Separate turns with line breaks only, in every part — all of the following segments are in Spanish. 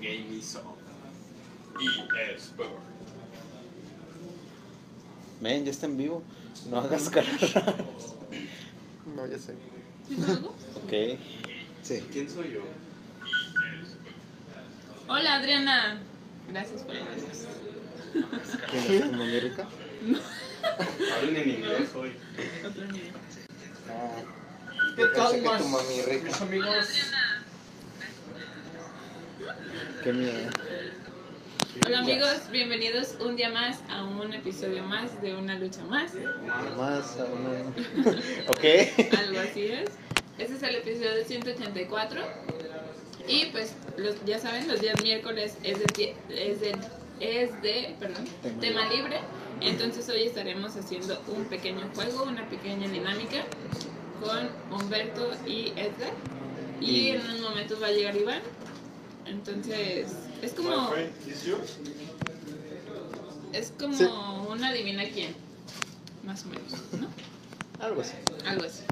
Gave me some. ES Power.
Men, ya está en vivo. No hagas caras raras.
No, ya sé.
Ok.
Sí.
¿Quién soy yo?
Hola, Adriana. Gracias por el beso.
¿Quién es tu mami rica?
Hablen en inglés hoy.
Otro nivel.
Ah, yo pensé que tu mami
Mis
rica.
amigos.
Qué miedo.
Hola, amigos. Bienvenidos un día más a un episodio más de Una Lucha Más.
Más aún.
Ok.
Algo así es. Este es el episodio 184. Y pues, los- ya saben, los días miércoles es de, ti- es de, es de perdón,
Tema
tema libre. Entonces hoy estaremos haciendo un pequeño juego, una pequeña dinámica con Humberto y Edgar. Y en unos momentos va a llegar Iván. Entonces, es como,
is you?
es como
Sí.
una adivina quién, más o menos, ¿no?
Algo así.
Algo así.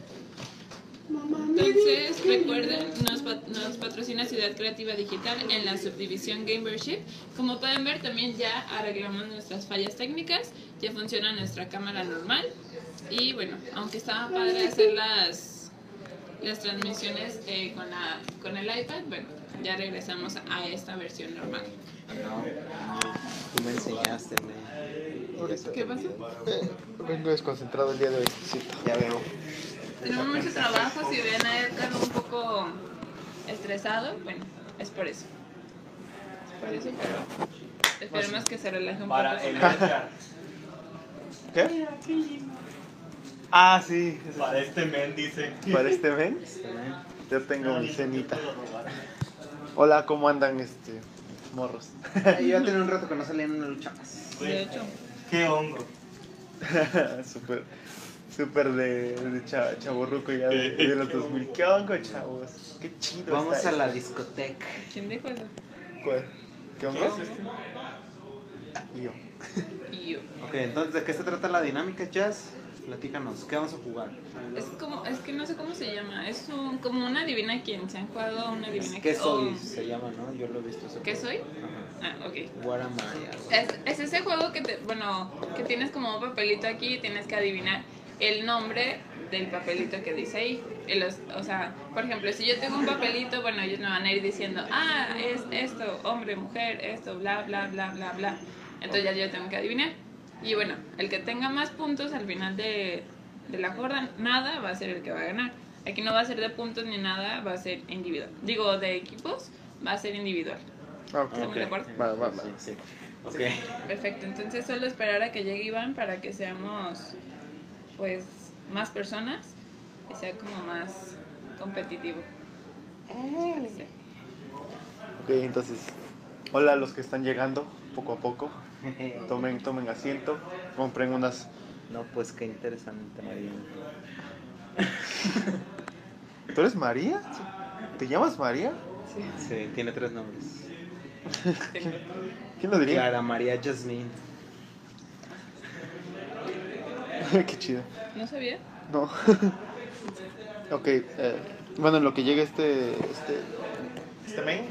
Entonces, recuerden, nos, pat- nos patrocina Ciudad Creativa Digital en la subdivisión Gamership. Como pueden ver, también ya arreglamos nuestras fallas técnicas, ya funciona nuestra cámara normal. Y bueno, aunque estaba padre hacer las, las transmisiones eh, con, la, con el iPad, bueno, ya regresamos a esta versión normal.
No, tú me enseñaste, me. Ahorita.
¿Qué pasa?
Eh, vengo desconcentrado el día de hoy. Sí, ya veo.
Tenemos mucho trabajo, si ven a Edgar un poco estresado, bueno, es por eso. Es por eso, pero esperemos que se relaje un
Para
poco.
el
con-
Edgar,
¿Qué? Ah, sí.
para este men, dice.
Para este mes, Ah, yo tengo mi cenita. Hola, ¿cómo andan este morros?
Yo ya tenía un rato que no salía en una lucha más.
De hecho,
Qué hongo.
súper, súper de, de cha- chavorruco ya de, de los 2000. ¿Qué hongo, chavos? Qué chido.
Vamos
está
a la
esto.
discoteca.
¿quién dijo eso?
¿Cuál? ¿Qué hongo? Y yo.
Y yo.
Ok, entonces, ¿de qué se trata la dinámica, Jazz? Platícanos, ¿qué vamos a jugar?
Es como, es que no sé cómo se llama, es un, como una adivina quién, se han jugado a una adivina
¿Qué
quién.
soy?
Oh,
Se llama, ¿no? Yo lo he visto. ese
¿Qué
juego.
soy?
Ajá.
Ah, ok.
What am I? Algo así.
Es, es ese juego que te, bueno, que tienes como un papelito aquí y tienes que adivinar el nombre del papelito que dice ahí. El os- o sea, por ejemplo, si yo tengo un papelito, bueno, ellos me van a ir diciendo, ah, es esto, hombre, mujer, esto, bla, bla, bla, bla, bla. Entonces ya yo tengo que adivinar. Y bueno, el que tenga más puntos al final de, de la jornada va a ser el que va a ganar. Aquí no va a ser de puntos ni nada, va a ser individual. Digo, de equipos, va a ser individual.
Ah, ok.
¿Estamos de acuerdo?
Va, va, va.
Sí, sí. Ok.
Perfecto, entonces solo esperar a que llegue Iván para que seamos pues más personas y sea como más competitivo.
Ok, entonces, hola a los que están llegando poco a poco. Tomen, tomen asiento, compren unas.
No, pues qué interesante, Mariana.
¿Tú eres María? ¿Te llamas María?
Sí,
Sí, tiene tres nombres.
tengo.
¿Quién lo diría?
Clara María Jasmine.
Qué chido.
¿No sabía?
No. ok, eh, bueno, en lo que llegue este. Este, este main,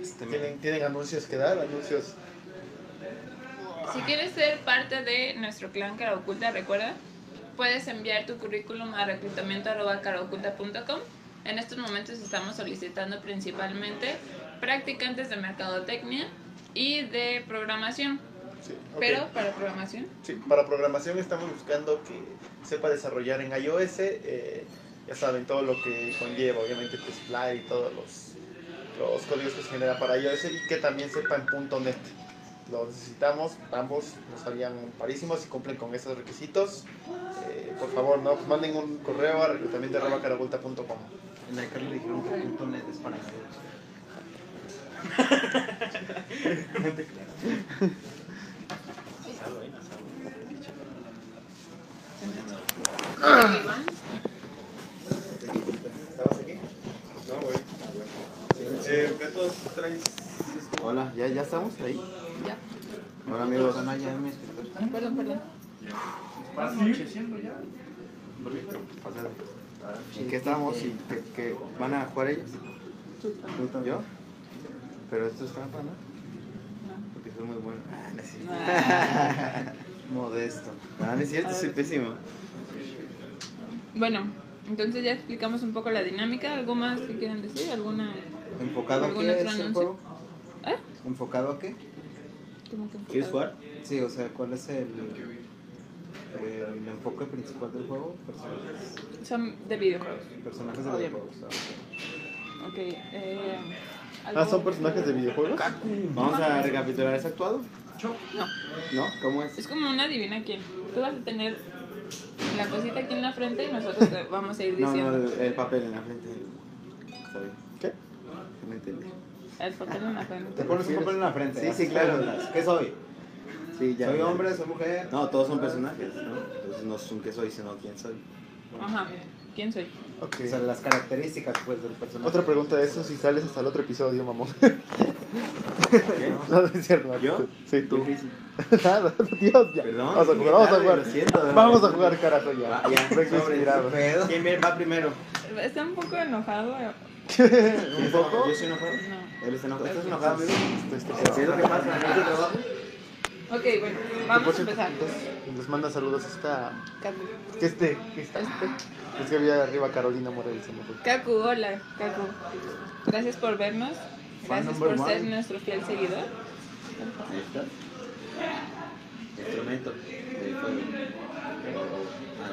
Este me...
tienen, tienen anuncios que dar, anuncios.
Si quieres ser parte de nuestro clan Cara Oculta, recuerda, puedes enviar tu currículum a reclutamiento.caraoculta.com. En estos momentos estamos solicitando principalmente practicantes de mercadotecnia y de programación.
Sí, ok.
Pero para programación
Sí, para programación estamos buscando que sepa desarrollar en iOS, eh, ya saben, todo lo que conlleva, obviamente, pues, Fly y todos los, los códigos que se genera para iOS y que también sepa en punto .NET. Lo necesitamos, ambos nos harían parísimos si cumplen con esos requisitos. Eh, por favor, no manden un correo a reclutamiento.caravolta.com.
En el Carlos le dijeron que punto net es para nadie.
Iván,
¿Estabas aquí?
No, güey. Eh, Beto, traes.
Hola, ¿ya, ya estamos ahí?
Ya.
Hola, amigos. ya mi escritor.
Perdón, perdón.
Pásale. ¿En qué estamos? ¿Y qué, qué- van a jugar ellos? ¿Yo? Pero esto es trampa, ¿no?
No.
Porque soy muy bueno. Ah, no es cierto.
Ah.
Modesto. Ah, no es cierto, soy pésimo.
Bueno, entonces ya explicamos un poco la dinámica. ¿Algo más que quieran decir? ¿Alguna.?
¿Enfocado a
¿Algún
qué
otro
es el
anuncio?
juego?
¿Eh?
¿Enfocado a qué?
como que-
¿Quieres jugar?
Sí, o sea, ¿cuál es el, el enfoque principal del juego? Personajes,
Son de videojuegos.
personajes de
Ah, bien.
videojuegos. ah, ok.
Ok. Eh,
Ah,
algo-
¿son personajes de videojuegos?
Vamos a recapitular, ¿es actuado?
No.
¿No? ¿Cómo es?
Es como una adivina quién. Tú vas a tener la cosita aquí en la frente y nosotros te vamos a ir
No, no,
diciendo.
el, el papel en la frente. Está bien.
¿Qué?
No entendí.
El papel en la frente.
Te pones un papel en la frente.
Sí,
así
sí, claro.
hablas. ¿Qué soy?
Sí, ya.
¿Soy
ya.
hombre? ¿Soy mujer?
No, todos son personajes, ¿no? Entonces no es un qué soy, sino quién soy.
Ajá. ¿Quién soy?
Ok.
O sea, las características pues del personaje.
Otra pregunta de eso, si sales hasta el otro episodio, mamón.
¿Qué?
No, no es cierto. Marco.
¿Yo?
Sí, tú.
Difícil.
Nada, Dios, ya.
Perdón,
vamos a
llegué
jugar, vamos a
tarde,
jugar.
lo siento.
vamos a jugar, carajo, ya.
Ah, ya.
Vengo
Sobre
inspirado.
Pedo.
¿Quién viene- va primero?
¿Está un poco enojado?
¿Un
poco?
¿Yo este, soy enojado?
No.
Él está enojado. ¿Estás enojado, amigo?
Estoy
¿Sí es
estresado.
lo que pasa? ¿No te trabajo?
Ok, bueno, vamos a empezar.
Nos- Nos manda saludos esta.
Kaku.
Que este, que esta.
Este,
Es que había arriba Carolina Morel, se me fue.
Kaku, hola, Kaku. Gracias por vernos.
Fan
Gracias
number
por ser
one.
nuestro fiel seguidor.
Ahí está. Instrumento. Ahí fue. Ah,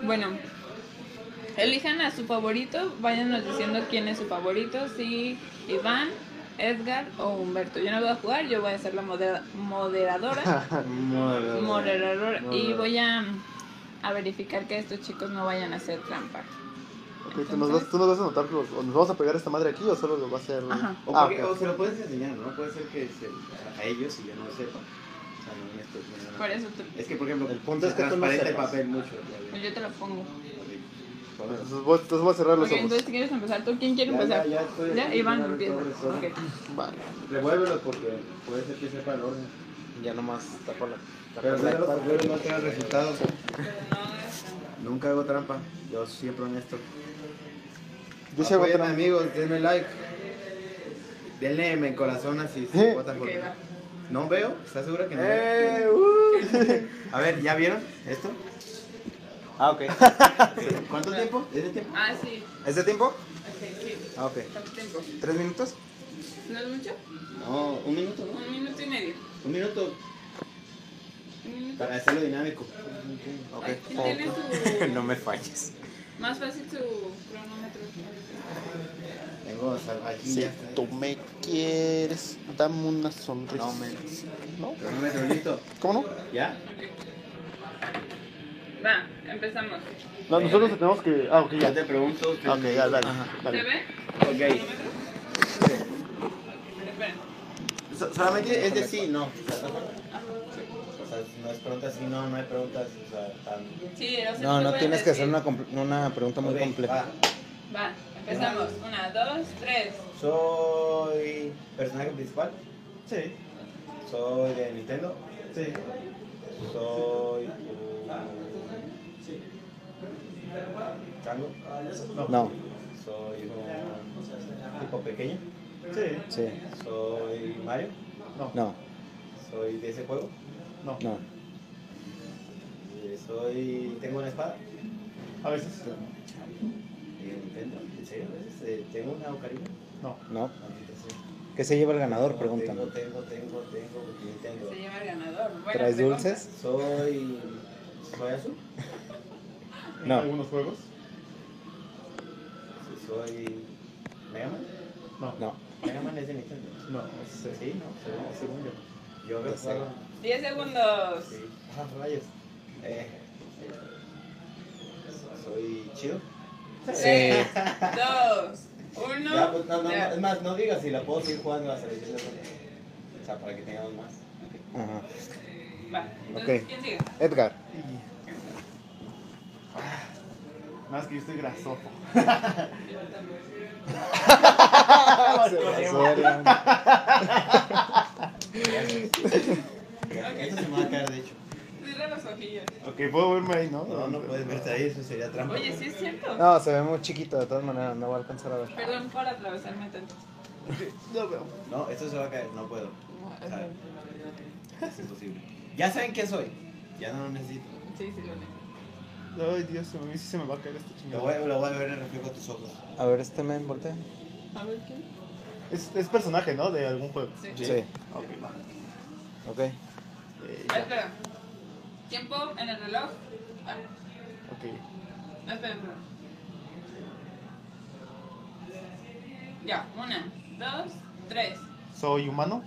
no.
Bueno, elijan a su favorito, váyanos diciendo quién es su favorito, si Iván, Edgar o Humberto. Yo no voy a jugar, yo voy a ser la modera- moderadora,
Moderador.
moderadora y
Moderador.
voy a, a verificar que estos chicos no vayan a hacer trampa.
Ok, ¿tú, nos vas, ¿Tú nos vas a anotar que los- o nos vamos a pegar esta madre aquí o solo lo va a hacer?
Ajá.
O,
Ah,
porque-
ok.
o se lo puedes enseñar, ¿no? Puede ser que se, a ellos y yo no lo sepa. O sea, no me estoy poniendo
Por
nada.
eso te-
Es que, por ejemplo,
El punto es
se
que tú no
transparenta el
sepas.
papel mucho.
pues yo te lo pongo.
Bueno,
Entonces voy, entonces voy a cerrar los
Ok,
ojos.
entonces si quieres empezar, ¿tú quién quiere
Ya,
empezar?
ya, ya estoy
Ya,
aquí,
Iván
ya lo
empieza.
estoy
Ok.
Vale.
Revuélvelo porque puede ser que sepa el orden.
Ya nomás tapa la.
Pero
tapa la-
revuélvelo, no tenga resultados. Nunca hago trampa. Yo siempre honesto.
Yo sí hago
Apóyenme,
trampa.
amigos, denme like. Denle me corazón así si
¿Eh?
votan por
Ok,
mí.
va.
No veo, ¿estás segura que no veo?
¡Eh! ¡Uh!
A ver, ¿ya vieron esto?
Ah, ok.
¿Cuánto tiempo? ¿Es el tiempo?
Ah, sí.
¿Es de tiempo?
Ok, sí.
Ah, ok.
¿Cuánto tiempo?
¿Tres minutos?
¿No es mucho?
No, un minuto, ¿no?
Un minuto y medio.
Un minuto
Un minuto.
para hacerlo dinámico. Ok. oh,
Ay, ¿quién tiene su-
no me falles.
Más fácil su cronómetro.
Tengo
Si
salvajillas.
tú me quieres, dame una sonrisa.
No, me...
¿No?
Cronómetro listo.
¿Cómo no?
¿Ya?
Va, empezamos.
No, nosotros tenemos que. Ah, ok, ya.
Yo Eh, te pregunto.
Ah, Ok, ya, dale.
¿Se
dale.
ve?
Ok.
Espera.
So- solamente es de sí, no. O sea, no es preguntas sí, no, no hay preguntas. O sea, tan.
Sí, o sea,
No, no
tú puedes
tienes que hacer
decir.
una, compl- una pregunta muy
Ok, ah,
compleja.
va.
Va, empezamos. Una, dos, tres.
Soy personaje principal.
Sí,
Soy de Nintendo.
sí.
Soy. un- Chango.
No,
Soy un tipo pequeño.
Sí,
sí.
Soy Mario.
No,
Soy de ese juego.
no.
no.
Eh, Soy. Tengo una espada.
A veces.
De Nintendo. ¿En serio? Eh, Tengo una ocarina.
No.
Maldita sea.
¿Qué se lleva el ganador?
Tengo,
Pregúntame.
tengo, tengo, tengo Nintendo.
Se lleva el ganador. Buena
¿Traes
pregunta.
dulces?
Soy. Soy azul.
En
No.
algunos juegos.
Soy. Mega Man.
No.
Mega Man es de Nintendo.
No, sí.
Sí, no, según, según yo. Yo veo
De Sega.
juego.
Diez segundos.
Sí. Ah, rayos. Eh. Soy chido.
Tres, dos, uno.
Ya, pues, no, no, no,
Ya.
Es más, no digas si la puedo seguir jugando hasta diciendo O sea, para que tengamos más.
Ajá.
Va. Entonces,
Ok.
¿quién sigue?
Edgar.
Más que yo estoy grasoso.
Se pasó de lanza.
Eso se me va a caer, de hecho.
Cierra los ojillos.
Ok, puedo verme ahí, ¿no?
No, no puedes verte ahí, eso sería trampa.
Oye, sí es cierto.
No, se ve muy chiquito de todas maneras, no va a alcanzar a ver.
Perdón por atravesarme tanto.
No veo.
No, esto se va a caer, no puedo. O sea,
No,
es imposible. Ya saben quién soy. Ya no lo necesito.
Sí, sí, lo necesito.
Ay, Dios, a mí sí se me va a caer esta
Lo voy,
chingada.
lo voy a ver en el reflejo de tus ojos.
A ver, este men, voltea.
A ver quién.
Es, es personaje, ¿no? De algún juego.
Sí.
Sí.
Ok, va.
Ok.
Eh,
Ah,
ya.
espera. Tiempo en el reloj. Ah,
Ok.
no, espera, espera. Ya, una, dos, tres.
Soy humano.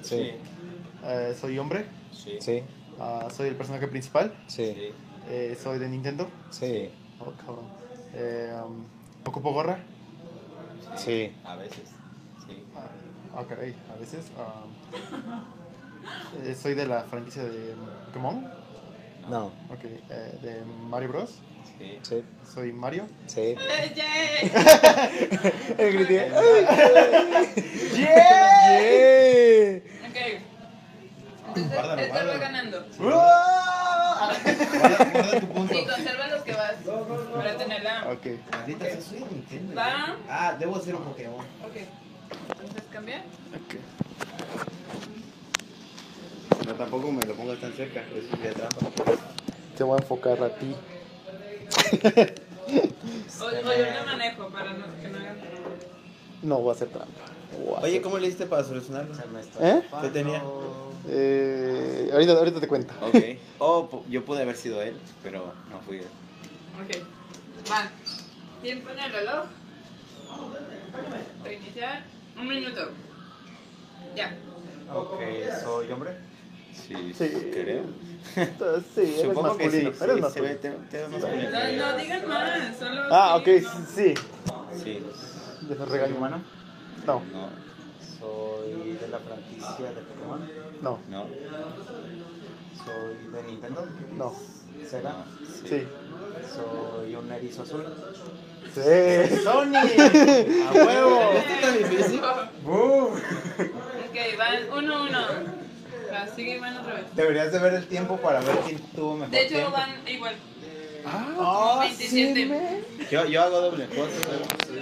Sí.
eh, soy hombre.
Sí.
Sí.
ah, soy el personaje principal.
Sí.
eh, soy de Nintendo.
Sí.
Oh, cabrón. Eh, um, ¿Ocupo gorra?
Sí.
A veces. Sí.
Ah, ah, caray, a veces. ah, eh, soy de la franquicia de Pokémon.
No.
Ok, eh, de Mario Bros.
Sí.
Sí.
Soy Mario.
Sí.
¡Eh, yay!
El grité. ¡Yeah!
Ok. Entonces,
Guárdalo,
Edgar va
guárdalo.
ganando.
Guarda, guarda tu punto.
Sí, conserva los que vas para tenerla.
Ok.
Maldita sea, soy de Nintendo.
Va.
Ah, debo ser un Pokémon.
Ok. Entonces, cambia.
No, tampoco me lo pongas tan cerca. Eso es de trampa.
Te voy a enfocar a ti.
Este.
O, o yo no manejo para no, que no hagan.
No voy a hacer trampa. Voy a
Oye,
hacer-
¿cómo le hiciste para solucionarlo?
¿Eh?
¿Qué tenía?
Eh, ahorita, ahorita te cuento.
Ok. Oh, pu- yo pude haber sido él, pero no fui él.
Ok. Va. Tiempo en el reloj. Reiniciar. Un minuto. Ya.
Ok, ¿soy hombre? Sí,
Sí.
creo.
Sí, eres
Supongo que sí.
masculino.
sí,
eres
se ve,
masculino.
te, te ves
No,
masculino.
no digan más. Solo.
Ah, ok,
sí, no.
sí.
Sí.
sí. De los regaños. No,
No.
Soy de la franquicia de Pokémon.
no,
No.
Soy de Nintendo.
no.
Sega.
no,
Sí.
Soy un erizo azul.
Sí.
Eh, ¡Sony! ¡A huevo!
Este
¿Esto está difícil?
Ok, van uno uno. Va, sigue y van otra vez.
Deberías de ver el tiempo para ver quién tuvo mejor
De hecho,
tiempo.
van igual.
Oh,
27.
yo, yo hago doble. entonces.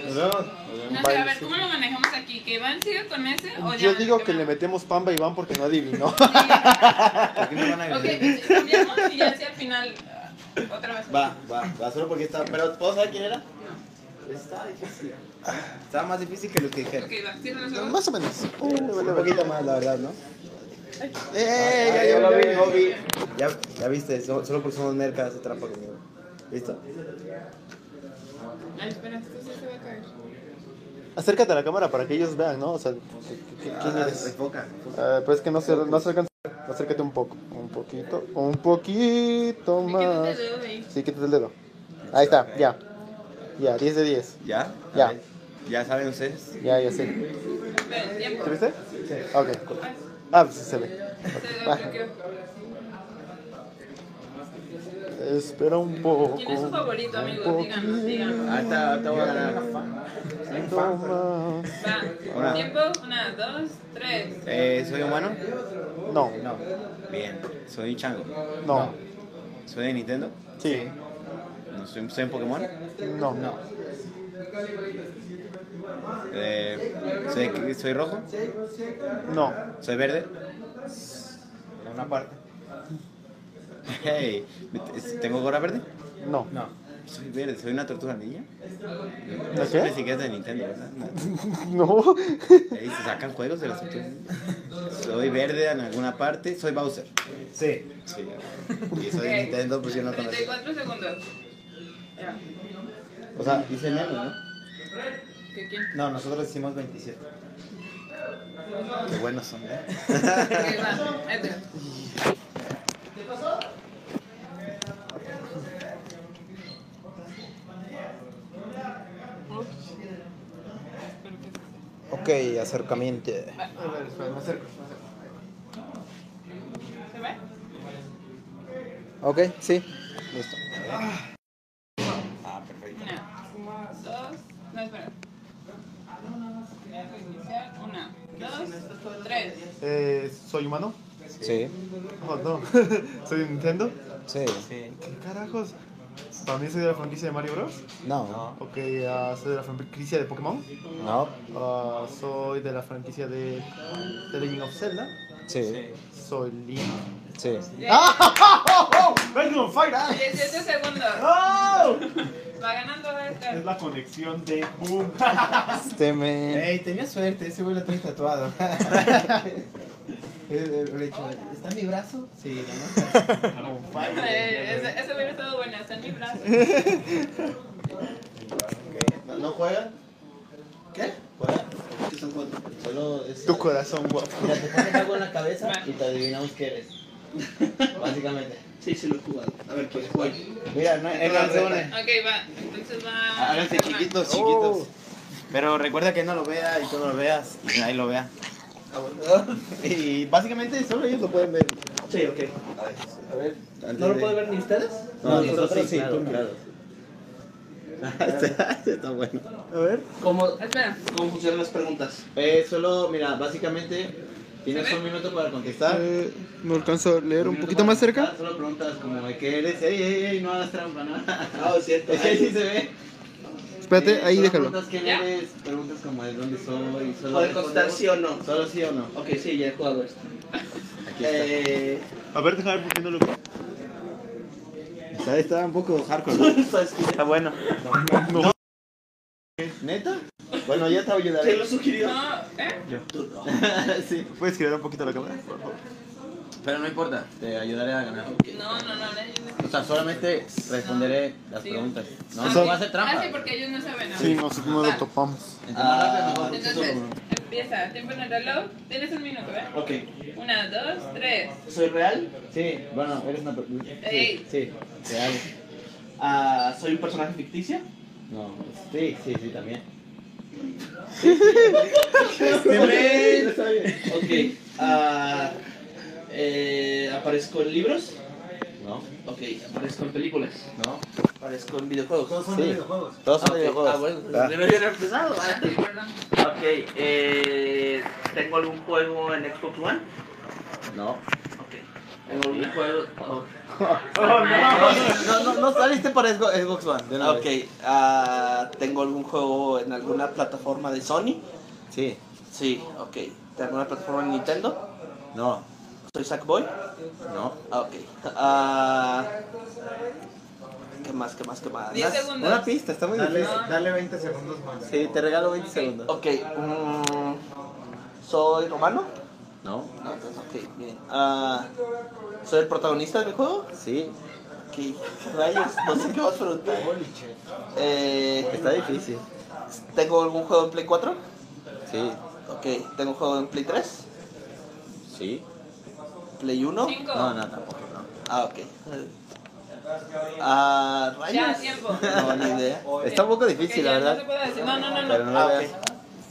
Nos vemos.
No sé, a ver, ¿cómo lo manejamos aquí? ¿Que Iván siga con ese o ya?
Yo digo que le
cambiamos?
metemos pamba a Iván porque no adivinó.
¿Por qué me van a
Ok,
agredir?
pues, cambiamos y ya hacia el final. ah, Otra vez.
Va, va, va, solo porque está. Pero, ¿puedo saber quién era? Está difícil. Estaba más difícil que los que dijeron.
Ok, va, cierra los ojos.
Más o menos.
Un poquito más, la verdad, ¿no?
Eh,
Ah,
ya, ya,
yo lo
ya,
vi,
ya.
yo vi. Ya, ya viste, so- solo por somos mercas hace trampa conmigo. ¿Listo?
Ay, espera, esto sí se va a caer.
Acércate a la cámara para que ellos vean, ¿no? O sea, ¿qué- qué- ¿quién
Ah,
eres?
enfoca, enfoca.
Ah, pues es que no se, no se alcanza. Acércate un poco. Un poquito. Un poquito
Sí, quítate el
más.
dedo de ahí.
Sí, quítate el dedo. Ahí está, ya. Ya, 10 de 10.
¿Ya? A
Ya.
ver, ¿Ya saben ustedes?
Ya, ya sé.
Espera, tiempo.
¿Se viste? Sí. Ok.
Ay,
Ah, pues sí se ve.
se desbloqueó.
Espera un poco.
¿Quién es su favorito, amigos? Díganos, díganos.
Ahorita, ahorita voy a ganar.
Toma.
Va,
Una.
tiempo, una, dos, tres.
Eh, ¿Soy humano?
No,
No. Bien. ¿Soy un chango?
no.
¿Soy de Nintendo?
Sí.
No, ¿Soy, soy un Pokémon?
No. No.
Eh, ¿soy, ¿Soy rojo?
No.
¿Soy verde?
En una parte.
Hey, ¿tengo gorra verde?
No.
No.
Soy verde, soy una tortuga ninja.
¿La
No
qué?
ni siquiera es de Nintendo, ¿verdad? No.
No.
Ahí se sacan juegos de las tortugas ninja. Soy verde en alguna parte, soy Bowser.
Sí.
Sí, y soy de
Ok.
Nintendo, pues yo no conozco.
34 segundos. Ya.
O sea, dice Nemo, ¿no?
¿Qué quién?
No, nosotros hicimos 27.
Qué buenos son, ¿eh?
Ok, va, Edgar.
Ok, acercamiento.
¿Se ve?
Ok, sí. Listo.
Ah, perfecto.
Una, dos, no, espera. Dejo iniciar. Una, dos, tres.
Eh, ¿Soy humano?
Sí.
Oh, no. ¿Soy de Nintendo?
Sí.
¿Qué carajos?
También soy de la franquicia de Mario Bros.
No,
Ok, ah, soy de la franquicia de Pokémon.
no,
Ah, soy de la franquicia de The Legend of Zelda.
sí,
Soy Link.
sí.
¡Vengo on fire!
18 segundos. Va ganando
Es
este.
la conexión de boom.
Este me.
Ey, tenía suerte, ese güey lo trae tatuado. El- el- le he dicho, ¿Está en mi brazo? Sí, ¿no?
Eh, Ese ese hubiera estado bueno, está en mi brazo.
¿No, no juega?
¿Qué?
¿Juega? Sí, Son cuatro. Solo es.
Tu corazón guapo.
Mira, te pones algo en la cabeza y te adivinamos qué eres. Básicamente.
Sí, sí lo he jugado. A ver, pues cuál.
Mira, no, él no se une.
Ok, va. Entonces va.
Háganse
Germán.
chiquitos, chiquitos. Pero recuerda que no lo vea y tú no lo veas y nadie lo vea. Ah, Y básicamente solo ellos lo pueden ver.
Sí, ok.
A ver.
¿No lo puede ver ni ustedes?
No,
ni
nosotros sí,
claro,
tú no. Ah,
claro.
este Está bueno.
A ver.
¿Cómo,
Espera.
¿Cómo funcionan las preguntas?
Eh, solo, mira, básicamente tienes un minuto para contestar.
Eh, ¿Me alcanzo a leer un
minuto
poquito
para
más
contestar,
cerca?
Solo preguntas como de qué eres. Ey, ey, ey, no hagas trampa, ¿no?
Ah, es cierto.
Es que ahí sí se ve.
Espérate,
Eh,
ahí
solo
déjalo.
Preguntas quién
¿Ya?
eres, preguntas como de dónde soy. Solo
¿Puede contestar
respondemos-
sí o no?
Solo sí o no.
Ok, sí, ya he jugado esto.
Aquí está.
Eh,
A ver, déjame ver por qué no lo veo.
Está, está un poco hardcore. ¿no?
¿sabes qué?
Está bueno.
No.
¿Neta? Bueno, ya te
¿Quién lo
ayudaré.
sugirió?
No, ¿eh?
sí.
¿Puedes girar un poquito la cámara? Por favor.
Pero no importa, te ayudaré a ganar.
No, no, no. no, ellos no.
O sea, solamente responderé las preguntas. No,
Ah,
no
sí.
va a hacer
Ah,
trampa.
sí, porque ellos no saben. ¿no?
Sí, nosotros no
Va.
lo topamos.
Entre más rápido, mejor.
Entonces, empieza. Tiempo en el reloj. Tienes un minuto, ¿eh?
Ok.
Una, dos, tres.
¿Soy real?
Ah, Sí, bueno, eres una persona.
Ey.
Sí, sí, real.
Ah, ¿Soy un personaje ficticio?
No, sí, sí, sí, también.
ven.
Está bien.
Ok. Ah, eh, ¿Aparezco en libros?
No,
Ok. ¿Aparezco en películas?
no.
¿Aparezco en videojuegos?
Sí. Todos son de videojuegos.
Ah, bueno,
Ah.
debe haber empezado. ¿verdad?
Sí, perdón.
Ok, eh, ¿tengo algún juego en Xbox One?
No.
Ok. ¿Tengo algún juego? oh,
No, no, no saliste para Xbox Xbox One. De una
Ok,
vez.
ah, ¿tengo algún juego en alguna plataforma de Sony?
Sí,
Sí, ok. ¿Tengo una plataforma en Nintendo?
no,
¿Soy Sackboy?
no.
Ah, ok. Ah, ¿Qué más, qué más, qué más?
Diez segundos.
Una pista, está muy
Dale.
difícil.
dale
20 segundos más.
Sí, te regalo 20 segundos.
Ok, mm, ¿soy romano?
No,
No, entonces, ok, bien. Ah, ¿Soy el protagonista del juego?
sí,
Ok, rayos, no sé qué vas a preguntar. Eh,
está difícil.
¿Tengo algún juego en Play 4?
Sí,
Ok, ¿tengo un juego en Play 3?
sí.
¿Play 1?
Cinco.
No, no, tampoco, no.
Ah, ok. Ah,
Ya,
rayos.
tiempo.
No, ni idea.
Está un poco difícil,
Ok, ya,
la
No se
verdad.
puede decir. No, no, no.
Pero
no.
no
Ah,
lo
ok.
veas.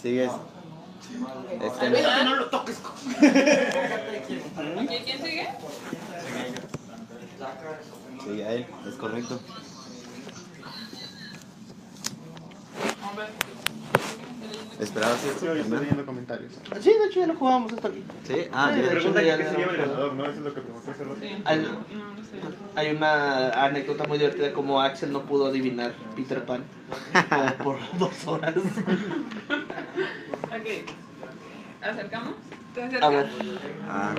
Sigues. Este, no.
Olvídate, no
lo toques.
Ok, ¿Quién sigue?
Sí, a él, es correcto.
Hombre.
Esperabas
Sí,
esto.
ahorita estoy
¿no?
leyendo comentarios.
Sí, de hecho ya lo jugábamos hasta aquí.
Sí, ah,
Me
de hecho,
pregunta
ya
que qué
no
se lleva el
recuerdo.
ganador, ¿no? Eso es lo que pregunté hace rato.
Sí.
Al-
No, no sé.
Hay una anécdota muy divertida como Axel no pudo adivinar Peter Pan como por dos horas.
Ok. ¿Acercamos? ¿Te
A
acercas?
ver,
Ah,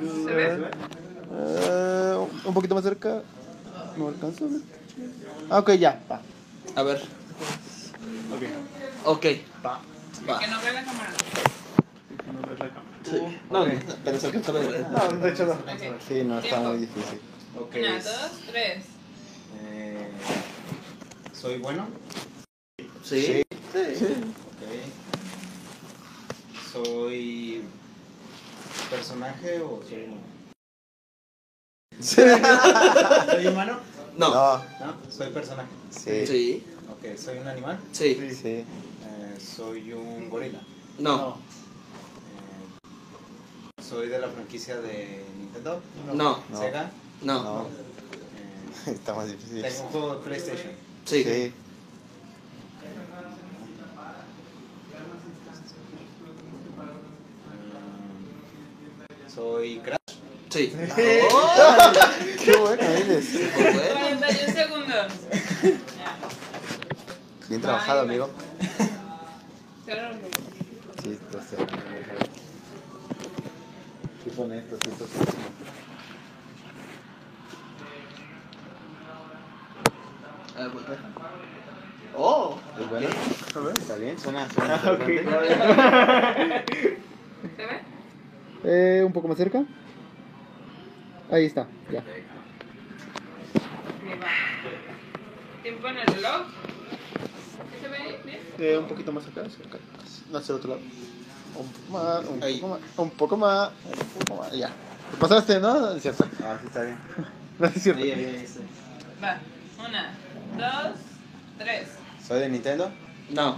¿Se ve?
Eh, un poquito más cerca. No alcanzo. ¿no? Ah, ok, ya. Va.
a ver.
Ok.
Ok.
Que no vea la cámara.
No ves la cámara.
No, pero se alcanzó a ver.
No, de hecho no.
Ok.
sí, no, está
Tiempo.
muy difícil.
Ok.
Una, dos, tres.
Eh, ¿Soy bueno?
Sí.
¿Soy personaje o soy humano? ¿Soy humano?
No.
No, soy personaje.
Sí, sí.
Sí.
Ok, ¿soy un animal? eh,
Sí.
sí.
¿Soy un gorila? Eh,
No.
¿Soy de la franquicia de Nintendo?
No.
¿Sega? Eh,
No.
No, está más difícil.
¿Tengo un juego de PlayStation?
Sí.
Sí.
¿Soy Crash?
Sí.
Qué bueno eres.
Por bueno.
41 segundos. Ya.
Bien trabajado,
Bye.
amigo.
Solo-
Sí, lo sé.
¿Qué son estos?
A ver, volver. Oh,
¿Es Ah, bueno? Está bien, suena, suena. interesante.
¿Se ve?
Eh, un poco más cerca. Ahí está, ya.
Ahí va. Tiempo en el reloj. ¿Sí ¿Se ve bien?
Eh, un poquito más acá, hacia acá. No, hacia el otro lado.
Un poco más, un
Ahí.
poco más, un poco más, un poco más, ya. Te pasaste, ¿no? No es cierto.
Ah, sí, está bien.
No es cierto.
Ahí, ahí, ahí, sí.
Va. Una, dos, tres.
¿Soy de Nintendo?
no,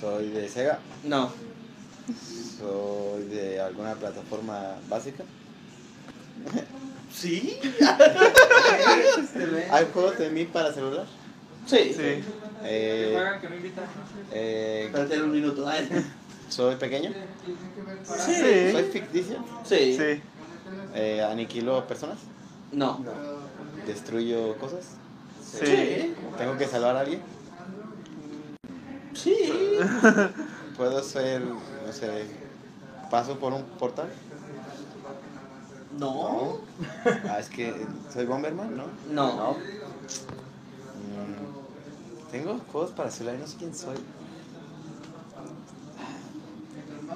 ¿Soy de Sega?
no,
¿Soy de alguna plataforma básica?
sí,
¿Hay juegos de mí para celular?
sí,
Sí.
Eh, eh,
espérate un minuto, Ay.
¿Soy pequeño?
Sí.
¿Soy ficticio?
sí,
Sí.
Eh, ¿Aniquilo personas?
no,
¿Destruyo cosas?
Sí.
¿Tengo que salvar a alguien?
sí,
¿Puedo ser, no sé, paso por un portal?
no,
Ah, es que soy Bomberman, ¿no?
no,
Mm, Tengo juegos para celular y no sé quién soy.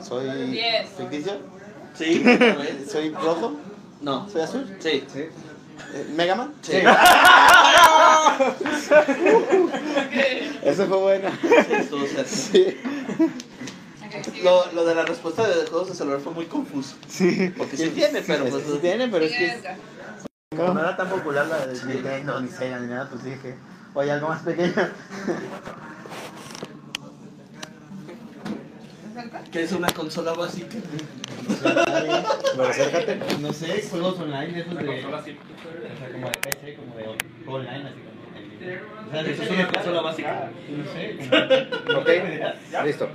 ¿Soy
Diez.
ficticio?
sí, otra vez.
¿Soy rojo?
no,
¿Soy azul?
sí,
Eh, ¿Mega Man?
sí,
Ok.
Eso fue bueno.
estuvo cerca.
Ok, sigue.
Lo, lo de la respuesta de juegos de celular fue muy confuso.
Sí.
Porque sí tiene, pero pues.
Sí tiene, pero es
Sigue,
que...
Edgar.
No.
era tan popular la de Nintendo, ni Sega, ni nada, pues dije, oye, algo más pequeño.
Que es una consola básica.
Pero acércate.
No sé, juegos online de esos de. O sea, como de PC, como de juego online, así como. de- O sea, eso es una consola básica. No sé, como.
Ok, listo.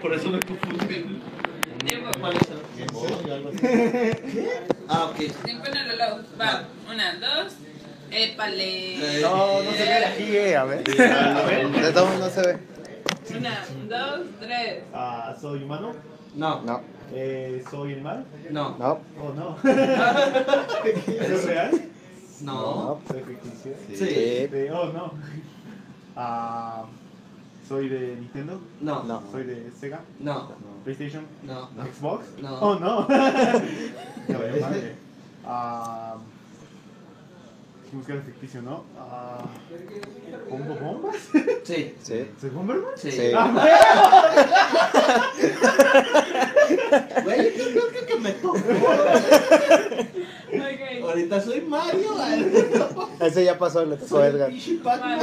Por eso me confundí.
Tiempo.
¿Cuál es el-
Game Boy o algo así.
Ah, ok.
Tiempo en el reloj. Va. Una, dos. Épale.
No, no se ve aquí, eh, a ver.
De todo mundo se ve.
Una, dos, tres.
Ah, ¿Soy humano?
No,
No,
Eh, ¿Soy el mal?
no,
no,
¿O no? ¿Soy real?
no,
¿Soy ficticio?
Sí.
De, oh, no. Ah, ¿Soy de Nintendo?
no, no,
No.
¿Soy de Sega?
no,
¿PlayStation?
no.
¿Xbox?
No.
Oh, no. Ya valió madre. Ah, dijimos que era ficticio, ¿no? Ah, ¿Pongo bombas?
Sí,
Sí.
¿Soy Bomberman?
sí.
Sí.
¡Ah, güey!
Güey, yo creo que- que me tocó.
Ok.
Ahorita soy Mario.
Ese ya pasó, le tocó a Edgar.
Pichi Pac-Man.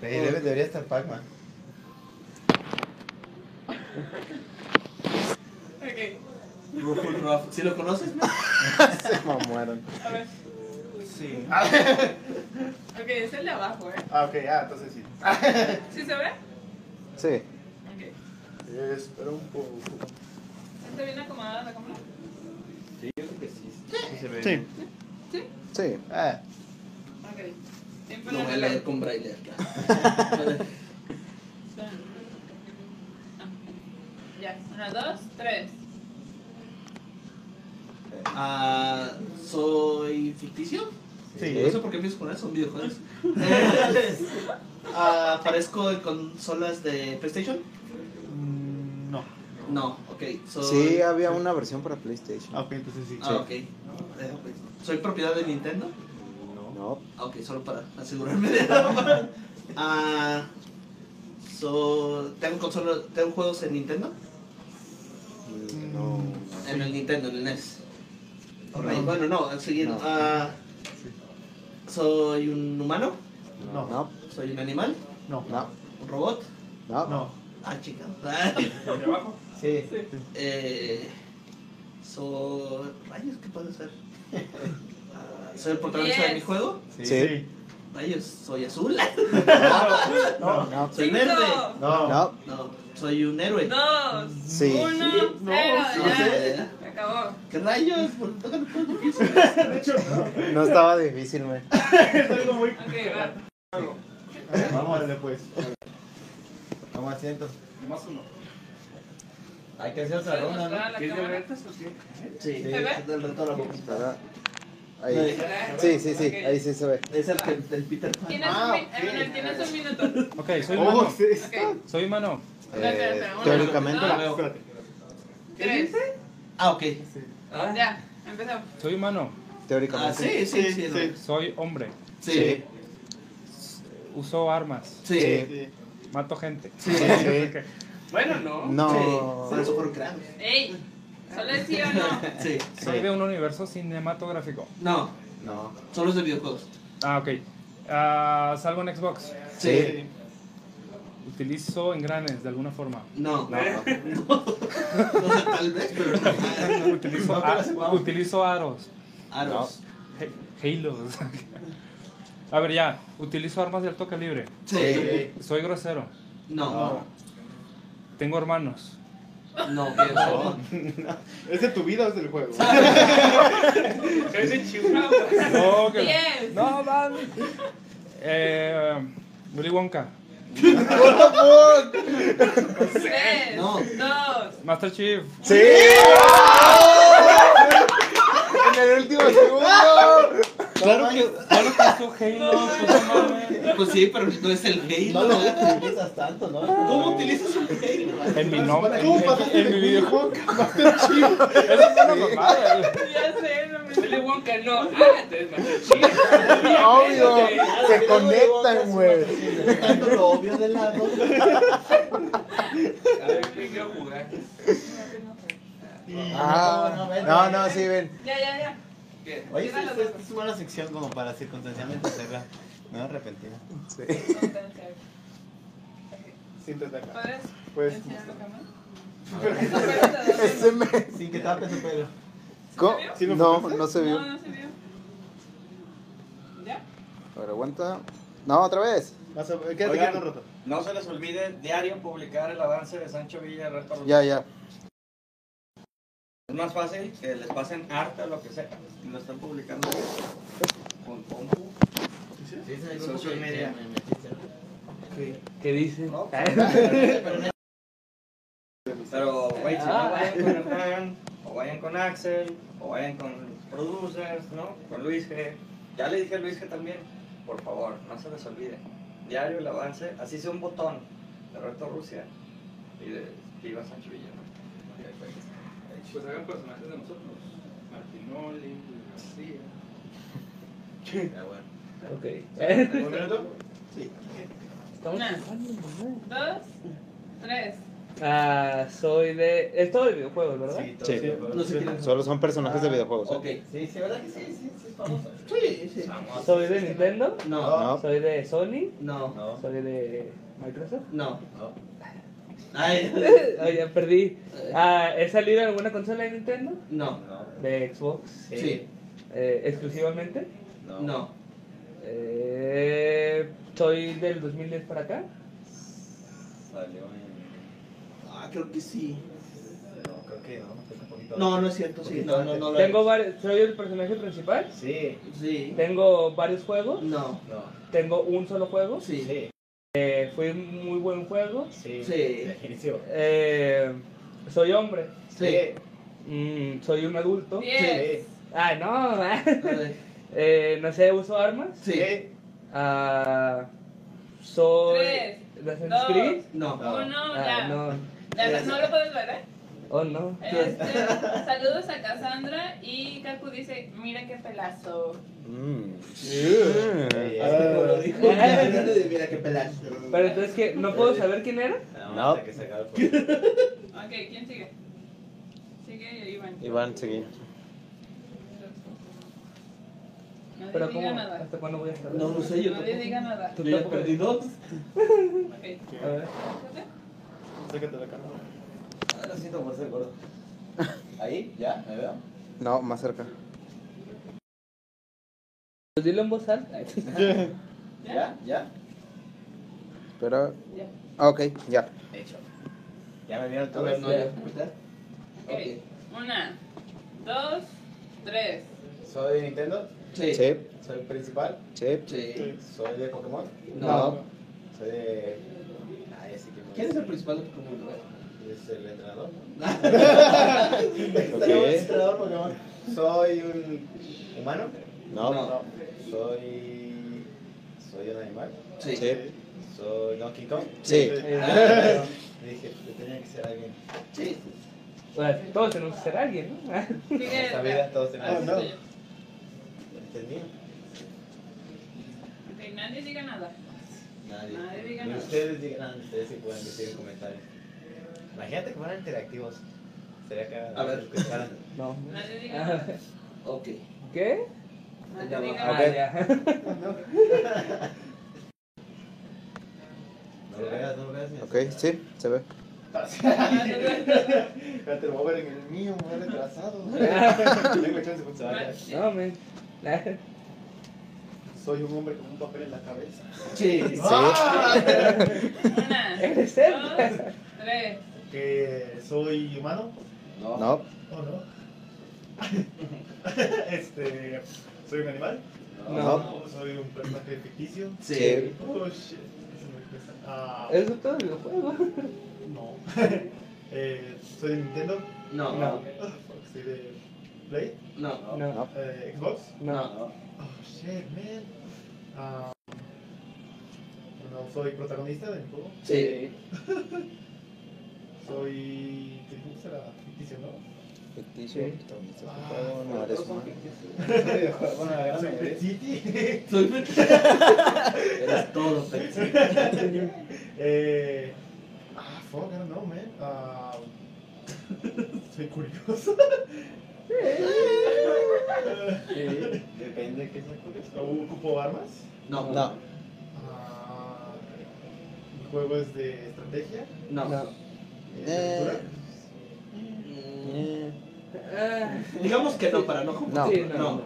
debe, debería estar Pac-Man.
Ok.
Ruffle Ruff. ¿Sí lo conoces? no?
Se mamaron.
A ver.
Sí.
Ok, es el de abajo, ¿eh?
Ah, ok, ah, entonces sí.
¿Sí se ve?
Sí.
Ok.
Espera un poco.
¿Está bien acomodada la cámara?
Sí.
Sí.
Sí.
Ah,
Ok. Tiempo en
Lo
el
voy a leer
reloj.
con braille acá.
Ah. Ya. Una, dos, tres.
Ah, ¿Soy ficticio? No sé por qué empiezo con eso, videojuegos. Ah, ¿Aparezco en consolas de PlayStation?
Mm, No.
No, ok. Soy...
Sí,
ah,
había una versión para PlayStation.
Ah, ok, entonces sí.
Ah, ok. Eh, ok. ¿Soy propiedad de Nintendo?
No.
Ah, ok, solo para asegurarme de algo. Ah, so- ¿tengo, consola, ¿Tengo juegos en Nintendo?
No.
En el Nintendo, en el NES. Ok,
No.
Bueno, no, siguiendo.
No.
Ah, ¿Soy un humano?
No.
No.
¿Soy un animal?
No.
No.
¿Un robot?
No.
No.
Ah, chica.
Sí.
Eh, so... Rayos, ¿qué puede ser? Ah, ¿Soy el protagonista de mi
Diez.
juego?
Sí.
Rayos, ¿soy azul?
No. No.
¿Soy verde?
Cinco,
No.
No.
No, ¿soy un héroe?
Dos,
Sí.
uno, cero.
sí,
ya.
sí.
Ok. acabó.
¿Qué rayos? ¿Por qué tocan los juegos?
No estaba difícil, güey.
Ok, va.
Vamos, dale pues.
Toma asiento.
Nomás uno.
Hay que hacer otra
¿Puedes
ronda,
mostrar
¿no?
a la
¿Qué es de
cámara?
retas o qué?
Sí,
¿Se
ve?
el reto a la boquita.
Para-
Ahí.
Ahí. Sí, sí, sí,
Ok.
ahí sí
Eh,
se ve.
Es el, que- el Peter Pan.
Tienes un
Ah,
min-
ok.
Emanuel, tienes un minuto.
Ok, soy
Oh,
humano.
sí.
Ok.
Soy humano.
Espera, espera, espera, uno,
Eh, teóricamente,
dos,
Espérate.
tres.
Ah, ok.
Ah, Ya, empezamos.
Soy humano.
Ah,
Teóricamente.
sí, sí, sí. no. Sí.
Soy hombre.
Sí.
Uso armas.
Sí.
Sí.
Mato gente.
Sí.
Bueno,
¿Ah,
no.
No.
Por eso por Kratos.
¡Ey! ¿Solo es sí o no?
Sí.
Soy de un universo cinematográfico.
No,
No.
solo es de videojuegos.
Ah, ok. Ah, salgo en Xbox.
Sí.
Utilizo engranes de alguna forma.
No.
No.
No sé, tal vez, pero no.
Utilizo, a- utilizo aros.
Aros.
He- Halos. A ver, ya. Utilizo armas de alto calibre.
Sí.
Soy grosero.
No.
Tengo hermanos.
No, que no.
¿Es de tu vida o es del juego?
Es de Chihuahua.
No, que-
Diez.
No, man. Eh, Willy Wonka.
Tres.
No.
Dos.
Master Chief.
¡Sí! en el último segundo.
Claro que, claro que uso Halo. pues, no mames.
Pues sí, pero no es el
No
Halo.
lo utilizas tanto, ¿no?
¿Cómo utilizas un Halo?
En mi nombre. En,
¿Cómo
en-
pasaste
en mi
de
videojuego.
Willy
Eso es una mamada. güey.
Ya sé, no me
Willy Wonka no. Ah, entonces Master Chief.
Obvio. Se conectan, güey.
Tanto lo obvio de lado.
A ver, ¿qué quiero jugar?
Ah. No, no, sí, ven.
Ya, ya, ya.
¿Qué?
Oye, sí, sí, es una buena sección como para circunstancialmente hacerla. No arrepentida.
Siéntate acá.
¿Podrías
Pues,
enseñar la cámara?
Ese me...
Sin que tapes tu pelo.
¿Cómo?
¿Sí lo
No,
enfocaste?
no se vio.
No, no se vio. ¿Ya?
A ver, aguanta. No, otra vez.
vas a- quédate
Oigan.
quieto un rato.
No se les olvide diario publicar el avance de Sancho Villa Real para los-
Ya, ya.
Es más fácil que les pasen harta lo que sea. Y lo están publicando con compu.
Sí, sí,
Social media.
¿Qué dice?
¿no? Pero, güey, si no vayan con Hernán, o vayan con Axel, o vayan con producers, ¿no? Con Luis G. Ya le dije a Luis G también, por favor, no se les olvide. Diario el avance, así sea un botón de Reto Rusia y de Viva Sancho Villa. ¿no? Y ahí fue.
Pues hagan personajes de nosotros. Martinoli, García.
¿Un minuto?
Una. Dos. Tres.
Ah, soy de. Es todo de videojuegos, ¿verdad?
Sí.
No sé quién es.
Solo son personajes de videojuegos. ¿eh?
Ok.
Sí, sí, ¿verdad que sí? Sí, sí, es famoso.
Sí, sí.
Soy de Nintendo,
No.
No.
soy de Sony,
No.
No,
soy de Microsoft.
No.
no.
Ay,
Ah, ya perdí. Ah, ¿He salido en alguna consola de Nintendo?
no.
¿De Xbox?
Sí.
Eh, ¿Exclusivamente?
No.
No.
Eh, soy del 2010 para acá.
Salió en-
Ah, creo que sí.
No, creo que no. creo que un poquito-
No, no es cierto, sí. No, no, no. lo
Tengo varios, soy el personaje principal.
Sí,
Sí.
Tengo varios juegos.
No.
no.
Tengo un solo juego.
Sí.
Sí,
Eh, fue un muy buen juego.
sí.
Sí.
Definición.
Eh, soy hombre.
Sí.
Mm, soy un adulto.
Diez.
Ay, Ah, no.
Ay,
Eh, no sé, uso armas.
Sí.
Ah, soy.
Tres,
¿Las
dos.
inscribí?
No.
Uno.
Ah,
Ya.
no.
Ya, No lo puedes ver, ¿eh?
Oh, no.
Este, saludos a Cassandra y Kaku dice, mira qué pelazo.
Mm.
Sí,
Ah.
es-
Como dijo, mira qué pelazo.
Pero entonces, que ¿No
eh,
puedo saber quién era?
No.
No, hasta que se acabe el juego.
Ok, ¿quién sigue? Sigue Iván.
Iván, seguí.
Nadie
Pero
diga
¿cómo?
nada.
¿Hasta cuándo voy a estar?
No lo sé, yo
Nadie diga
tampoco.
nada.
Tú
Yo ya
tampoco.
perdí dos.
Ok.
A ver.
Sácate la cara.
Ah, Lo siento por ser gordo. Ahí, ya, me veo.
No, más cerca.
Pues dilo en voz alta.
Ya, ya.
Espera.
Ya.
Ah, ok, ya.
Hecho. Ya me vieron
A
todos.
ver, no, ya.
Ok. Una, dos, tres.
¿Soy de Nintendo?
Sí.
¿Soy principal?
Sí.
Sí.
¿Soy de Pokémon?
No.
¿Soy de.? Ah, ese que
¿Quién es el principal de Pokémon? güey?
¿Es el entrenador?
Ok.
¿Soy entrenador Pokémon? ¿Soy un humano?
No.
¿Soy. ¿Soy un animal?
Sí.
¿Soy Donkey Kong?
Sí.
Ah, Dije, que tenía que ser alguien.
Sí.
Bueno, todos tenemos que ser alguien, ¿no?
En esta vida todos tenemos.
Ah, no.
¿Entendí?
Ok, nadie diga nada.
Nadie.
Nadie diga
Ni
nada.
Ustedes digan, ah, ustedes sí pueden decir en comentarios. Imagínate que fueran interactivos. Sería que
A ver.
escucharan.
No.
Nadie diga
Ah,
nada.
Ok.
¿Qué?
Nadie
Ya va.
diga
Ah,
nada.
ya.
No lo veas, no lo veas.
Ok, sí, se ve.
Espérate, lo voy a ver en el mío, me voy retrasado. Tengo chance de funcionar.
No, men. La-
Soy un hombre con un papel en la cabeza.
Sí.
¡Ah!
Una,
Eres él.
dos, tres.
Que Eh, soy humano.
No.
No,
¿O no? este. ¿Soy un animal?
No.
¿Soy un personaje ficticio?
Sí.
Oh shit. Eso me cuesta. Ah,
Eso es todo el videojuego.
no. eh, ¿Soy de Nintendo?
No.
No.
Ah, fuck, ¿Soy de Play?
No.
No.
Eh, ¿Xbox?
No.
Oh shit, man. Ah, no soy protagonista del juego.
Sí.
Soy. ¿Qué dice la ficticio, no?
ficticio.
Sí.
protagonista
Ah,
del juego, No eres humano.
Bueno, la gran
Soy
mayoría.
Pet City.
Soy Eres todo Pepsi.
Eh, ah, fuck, I don't know, man. Ah, soy curioso.
Sí, Depende de qué sea curioso.
¿Ocupo armas?
No.
No,
Ah, ¿Mi juego es de estrategia?
No.
No.
¿Es de aventura?
Mm,
Eh,
Ah,
Digamos que no, para no
no.
sí,
confundir. No.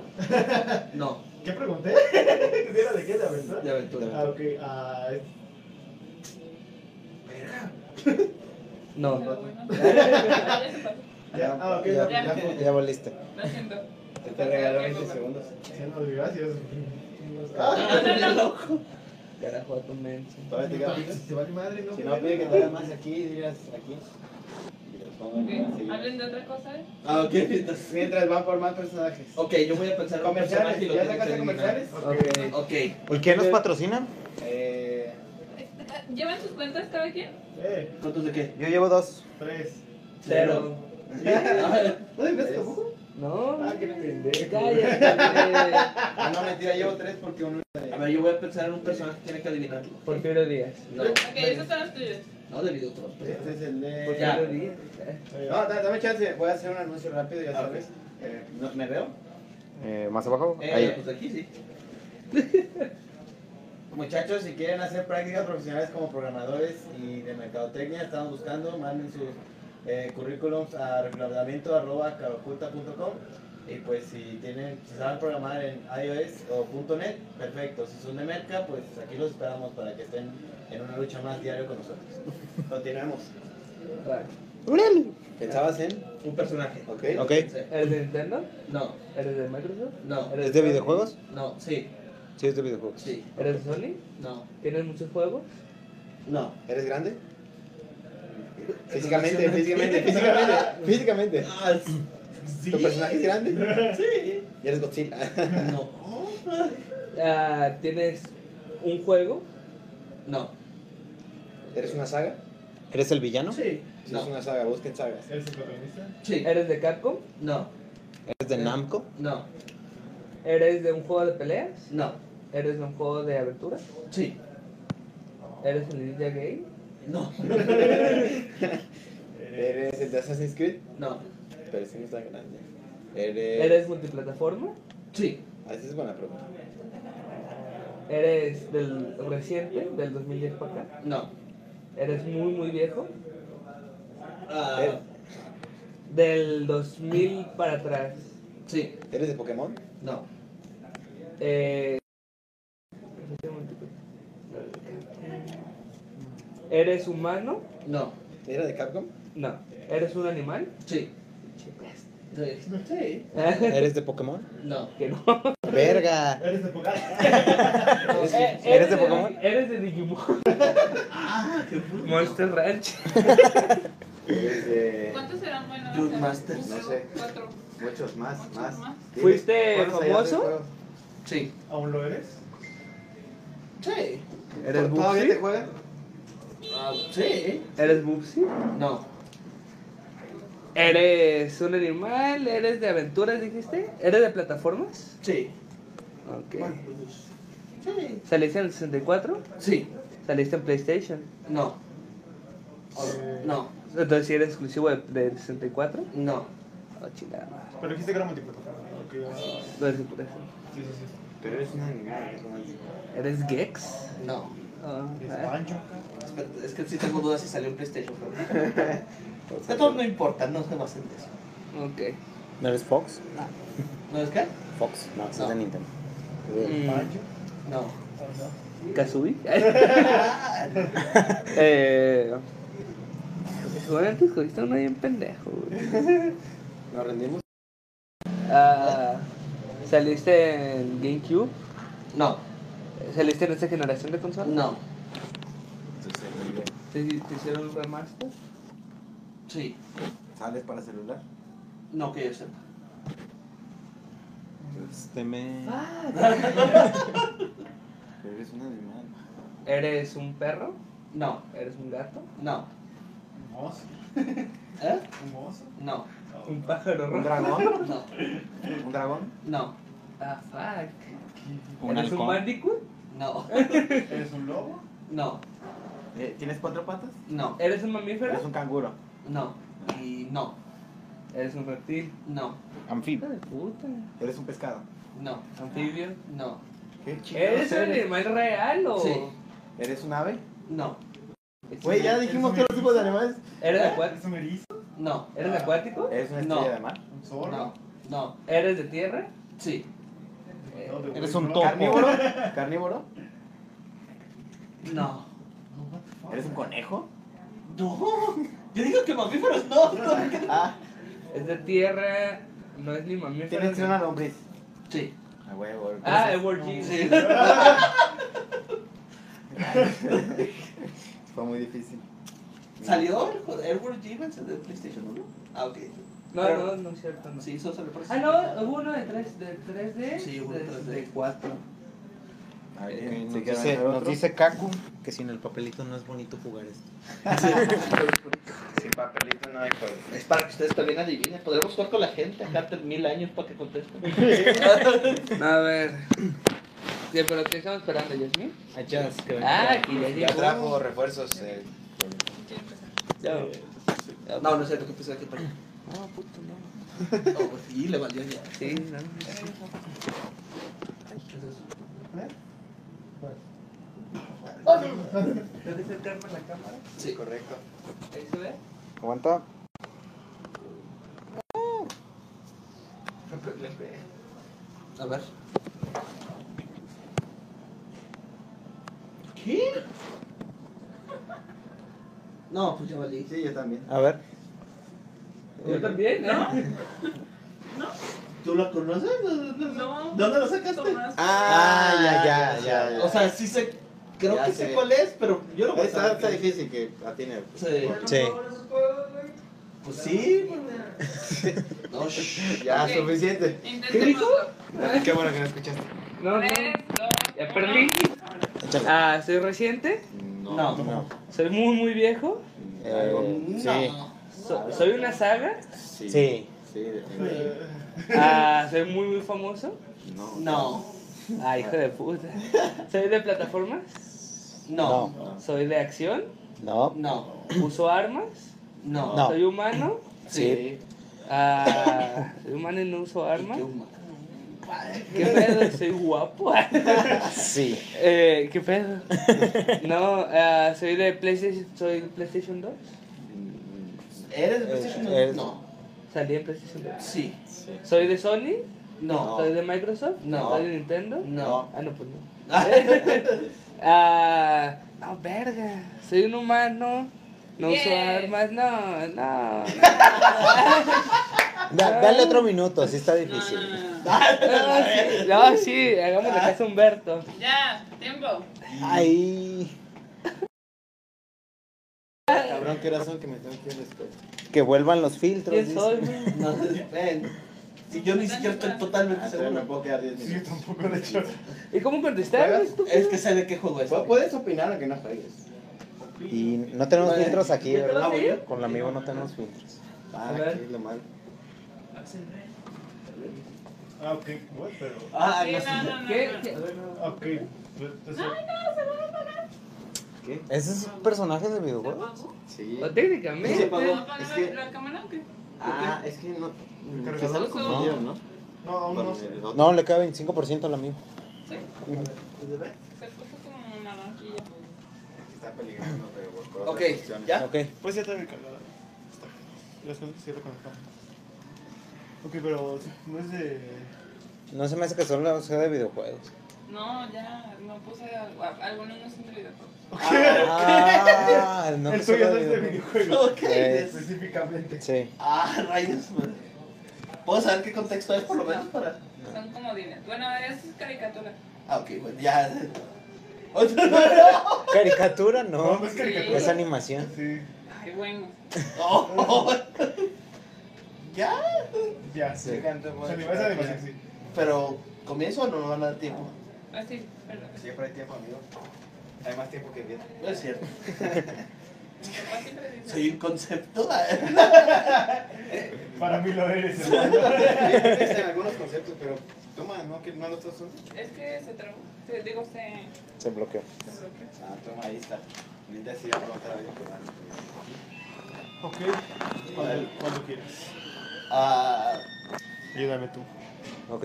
No.
¿Qué pregunté? ¿Era de qué? ¿De aventura?
De aventura.
Ah, ok. Ah, es-
No.
Pero bueno, ya se pasó.
ya, ah, ok.
Ya,
ya, ya.
ya voliste.
Lo siento.
Te, te regaló 20 segundos.
Sí, no, gracias.
Carajo, a tu menso.
Todavía Ah, te queda
Se va mi madre, ¿no?
Si no pide que te haga más aquí, dirías aquí. Y los pongo en la
Ok,
siguiente.
Hablen de otra cosa. ¿eh?
Ah, ok. entonces-
Mientras van por más personajes.
Ok, yo voy a pensar en un personaje
Comerciales,
y lo
¿ya
tengo que
sacaste
adivinar.
comerciales?
Ok.
Ok.
¿Y quién nos patrocina?
Eh,
¿Llevan sus cuentas cada quien?
Eh,
¿Cuántos de qué?
Yo llevo dos.
tres.
Cero.
¿No debes tampoco?
No. eh.
Ah, qué pendejo.
Cállate.
ah, no, mentira, llevo tres porque uno es de...
A ver, yo voy a pensar en un personaje que tiene que adivinarlo.
Porfirio Díaz.
No.
Ok, esos son los tuyos.
No, de videojuegos.
Este es el de...
Ya.
Porfirio Díaz.
No, da- dame chance, voy a hacer un anuncio rápido, ya
Ah, ok.
sabes. Eh, ¿no- ¿Me veo?
Eh, más abajo.
Eh,
Ahí.
pues aquí sí.
Muchachos, si quieren hacer prácticas profesionales como programadores y de mercadotecnia, estamos buscando, manden sus eh, currículums a reclutamiento.com y pues si tienen, si saben programar en iOS o .net, perfecto. Si son de merca, pues aquí los esperamos para que estén en una lucha más diario con nosotros. Continuemos.
Va.
¿Pensabas en?
Un personaje.
Ok.
Ok.
¿Eres de Nintendo?
No,
¿Eres de Microsoft?
no,
¿Eres
¿Es de
Sony?
videojuegos?
no, sí,
Sí, es de videojuegos.
sí,
¿Eres de Sony?
no.
¿Tienes muchos juegos?
No. ¿Eres grande? Físicamente, físicamente, físicamente, físicamente.
Ah, sí.
¿Tu personaje es grande?
Sí.
Y eres Godzilla.
No.
Ah, ¿Tienes un juego?
No.
¿Eres una saga?
¿Eres el villano?
Sí.
Si
No.
es una saga, busquen sagas.
¿Eres el protagonista?
Sí.
¿Eres de Capcom?
No.
¿Eres de Namco?
No.
¿Eres de un juego de peleas?
No.
¿Eres de un juego de aventura?
Sí.
¿Eres un ninja gay?
No.
¿Eres el de Assassin's Creed?
No.
Pero sí no está grande. ¿Eres...
¿Eres multiplataforma?
Sí.
Así es buena pregunta.
¿Eres del reciente, del 2010 para acá?
No.
¿Eres muy, muy viejo?
Ah,
Del 2000 para atrás.
sí.
¿Eres de Pokémon?
No.
Eh, ¿Eres humano?
No.
¿Era de Capcom?
No. ¿Eres un animal?
Sí. Sí.
¿Eres de Pokémon?
No.
Que no.
Verga.
Eres de Pokémon.
Eh,
¿Eres de Pokémon?
Eres de Digimon.
Ah, qué puto.
Monster Ranch.
Desde
¿Cuántos serán buenos?
Dude Masters.
No sé.
Cuatro.
muchos más, más.
más.
Sí.
¿Fuiste
¿Cuántos allá
famoso?
te fueron?
Sí.
¿Aún lo eres?
Sí.
¿Eres
¿Todavía
Bubsy?
te juegan?
Ah, sí.
¿Eres Bubsy?
No.
¿Eres un animal? ¿Eres de aventuras, dijiste? ¿Eres de plataformas?
Sí.
Ok.
Sí.
¿Saliste en el 64?
Sí.
¿Saliste en PlayStation?
No.
Eh,
No.
Entonces, si eres exclusivo de- del 64?
No.
Oh, chingada. madre.
Pero dijiste que era multiplataforma. ok, ah,
No es por eso.
Sí, sí, sí.
Pero eres ¿eh? un animal, ¿no?
¿Eres Gex?
No.
Ah,
Es
ah.
Banjo.
Espera, Es que sí tengo dudas si salió en PlayStation. pero- De todos no importa, no se basen de eso.
Ok.
¿No eres Fox?
¿No es qué?
Fox, no, ese es de Nintendo.
Mm.
Banjo.
No.
¿Kazooie? eh. Seguramente escogiste uno bien pendejo, güey.
¿Nos rendimos?
Ah, ¿Saliste en GameCube?
No.
¿Saliste en esta generación de consolas?
No.
Entonces, muy bien.
¿Te, te hicieron un remaster?
Sí.
¿Sales para celular?
No que yo sepa.
Pues,
Este me.
Pero eres un animal.
¿Eres un perro?
No.
¿Eres un gato?
No.
¿Un oso?
¿Eh?
¿Un oso?
No.
¿Un pájaro
¿Un
rojo?
dragón?
No.
¿Un dragón?
No.
Ah, fuck.
¿Un
¿Eres un
halcón?
Bandicoot?
No.
¿Eres un lobo?
No.
Eh, ¿Tienes cuatro patas?
No.
¿Eres un mamífero?
Eres un canguro.
No. Y no.
¿Eres un reptil?
No.
Hija
Anfibio.
de puta.
Eres un pescado.
No.
¿Anfibio?
No.
¿Qué chido
¿Eres un
eres?
animal real o...?
Sí.
¿Eres un ave?
No.
¿Eres
Güey, ya
un-
dijimos todos los tipos de animales.
¿Eres
¿Es
acuático?
un erizo?
No.
¿Eres acuático?
¿Eres una
No.
estrella de mar?
¿Un zorro?
No. No.
¿Eres de tierra?
Sí.
No, de
Eres
güey,
un
no.
topo.
¿Carnívoro? ¿Carnívoro?
No.
¿Eres un conejo?
No. Yo digo que mamíferos no.
Ah,
Es de tierra... No es ni mamífero.
tienes
ni-
una lombriz.
Sí.
A huevo.
Ah, es World
Sí.
Fue muy difícil.
¿Salió el juego de Edward Gibbons el de PlayStation 1? Ah, ok.
No, no, no es cierto. No.
Sí, eso salió por
Ah, no, hubo uno de 3, de 3D.
Sí, hubo
de,
un 3D.
de 4.
A ver,
Ok,
¿se
nos,
quiere
dice,
aventar
nos
otro?
dice Kaku que sin el papelito no es bonito jugar esto.
Sin papelito no hay juego.
Es para que ustedes también adivinen. Podremos jugar con la gente acá en mil años para que contesten.
A ver. Sí, pero ¿qué estamos esperando, Yasmin?
Achas, que
Ah, aquí ya
Ya
llegó.
trajo refuerzos. eh,
No, no es cierto que pensaba que para.
No, puto, no.
No, pues sí, le valió ya.
Sí, no. ¿Puedes acercarme a la cámara?
Sí.
correcto.
¿Ahí se ve?
Aguanta.
A ver. ¿Qué? No, pues ya valí.
Sí, yo también.
A ver.
Yo también, ¿no?
¿Tú la conoces? ¿Dónde-
No.
¿Dónde la sacaste?
Tomás.
Ah, ya, ya, ya. ya.
O sea, sí sé. Creo
Ya
que
sé.
sé cuál es, pero yo no voy a
está,
saber.
está difícil que atine.
Sí.
Sí.
Pues sí, pero- No, shh.
Ya,
Ok.
suficiente.
Intentémoslo.
Qué bueno que no escuchaste.
No, no.
Tres, dos,
Ya
uno.
perdí.
Échale.
Ah, soy reciente.
No.
No.
Soy muy, muy viejo.
Eh, sí.
No.
So- soy una saga.
Sí.
Sí.
Sí, definitivamente.
Ah, soy muy, muy famoso.
No.
No.
Ah, hijo de puta. Soy de plataformas.
No.
Soy de acción.
No.
No.
Uso armas.
No.
No.
Soy humano.
Sí.
Ah, soy humano y no uso armas.
Qué humano.
¿Qué pedo? Soy guapo.
Sí.
Eh, ¿Qué pedo? No, ah, soy de PlayStation, soy de PlayStation 2.
¿Eres de PlayStation?
Eh, Eres-
No.
Salí en PlayStation 2.
Sí.
¿Soy de Sony?
No.
¿Soy de Microsoft?
No.
¿Soy de Nintendo?
No.
Ah, no, pues no. Ah, no, verga. Soy un humano. No uso
Yes.
armas. No, no.
Da- dale otro minuto, sí está difícil.
No, sí, no, sí, hagámosle caso a Humberto.
Ah. Ya, tiempo.
Ay,
Cabrón, qué razón que me tengo que ir después.
que vuelvan los filtros.
¿Quién
dice.
soy,
No, ven. Si yo ni siquiera estoy
Ah,
totalmente seguro.
me puedo quedar 10 minutos.
tampoco, de hecho.
¿Y cómo contestar?
pues.
Es que sé de qué juego es.
Puedes opinar aunque no juegues.
Y no tenemos
Vale.
filtros aquí,
¿Ya te
¿verdad?
vas a ir?
Con la amigo no tenemos filtros.
Ah, aquí lo malo.
Ah, ok, bueno, pero.
Ah,
Sí, no, no, no, no.
Ok.
No, no, se va a pagar.
¿Qué?
¿Ese es un personaje de videojuego?
Sí.
O técnicamente.
Sí, se
¿Se
pagó.
va a pagar
Es que-
la cámara o qué?
Ah, es que no. Quizá lo confundieron, ¿no?
No, aún no.
Con el otro.
No, le queda 25% al amigo.
Sí.
Ujú.
Se puso como una banquilla.
Está peligrando, pero por otras
Ok,
opciones.
¿ya?
Ah. Ok.
Pues ya está recargada. Está. Las cosas que sí reconectamos. Ok, pero no es de.
No se me hace que solo sea de videojuegos.
No, ya, no puse. a- a- Algunos no son de videojuegos.
Ah, no
el
se
tuyo
va
no es de
bien.
videojuegos.
Ok,
Eh,
Específicamente.
Sí.
Ah, rayos, madre. ¿Puedo saber qué contexto es por lo menos para.?
Son como dineros. Bueno, es caricatura.
Ah, ok, bueno, ya. Otra vez.
Caricatura, no.
No, no es
caricatura.
Es animación.
Sí.
Ay, bueno.
Oh, ya.
Ya.
Sí.
Se le va a demasiado, sí.
Pero, ¿comienzo o no me van a dar tiempo?
Así, Ah, perdón.
Siempre hay tiempo, amigo. Hay más tiempo que vida.
No es cierto.
Mi papá siempre dice.
Soy un concepto.
Para mí lo eres,
Existen algunos conceptos, pero
Toma, no, que no lo estás usando.
Es que se trabó. Se- Digo, se.
Se bloqueó.
se bloqueó.
Ah, toma, ahí está. Ahorita sí ya preguntar a Dios, pero vale.
Ok. Cuando, cuando quieras.
Ah,
Ayúdame tú.
Ok.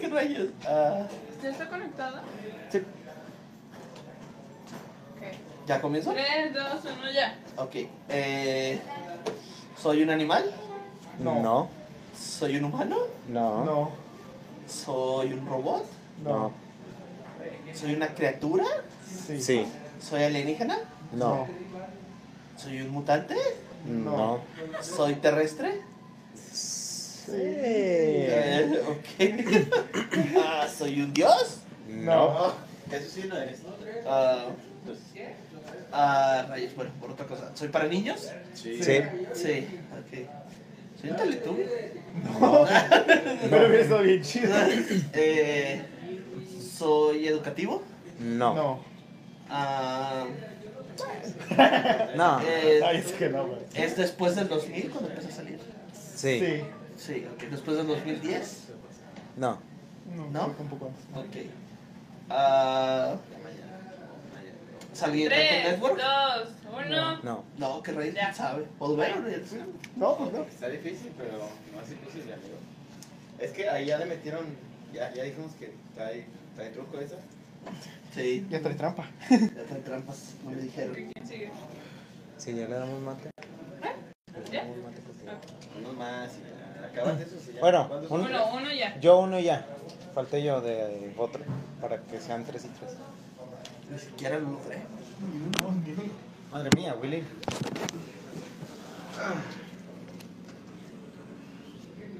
¿Qué rayos? Ah,
¿Usted está conectada?
Sí.
Ok.
¿Ya comienzo?
3, 2, 1, ya.
Ok. Eh, ¿Soy un animal?
No.
No.
¿Soy un humano?
No. No.
No.
¿Soy un robot?
No.
¿Soy una criatura?
Sí.
Sí.
¿Soy alienígena?
No.
¿Soy un mutante?
No.
¿Soy terrestre?
Sí.
Eh, ok. Ah, ¿Soy un dios?
No.
Eso sí no eres.
Ah, ah, rayos, bueno, por otra cosa. ¿Soy para niños?
Sí.
Sí, ok. ¿Soy un teletubby?
Pero hubiera estado bien chido.
Eh, ¿Soy educativo?
No.
No.
Ah,
No.
eh,
Ay, es que no, güey.
¿Es después del 2000 cuando empezó a salir?
Sí.
Sí, ok. ¿Después del 2010?
No.
No,
¿No?
Un poco antes.
Ok. Ah, ¿Salí en Cartoon
3,
Network?
2, 1.
No.
No, que rey
Ya.
sabe. ¿Puedo ver?
No, pues no.
Está difícil, pero no es difícil, ya, amigo.
Es que ahí ya le metieron. Ya, ya dijimos que trae, trae truco esa.
Sí,
Ya trae trampa.
ya traen trampas, no me dijeron.
¿Quién sigue?
Sí, ya le damos mate. Le damos mate porque-
Unos más y ya. Acabas de eso, se llama.
Bueno,
¿Cuántos
un-
Bueno, uno ya.
Yo uno ya. Falté yo de otro. Para que sean tres y tres.
Ni siquiera lo logré.
Madre mía, Willy.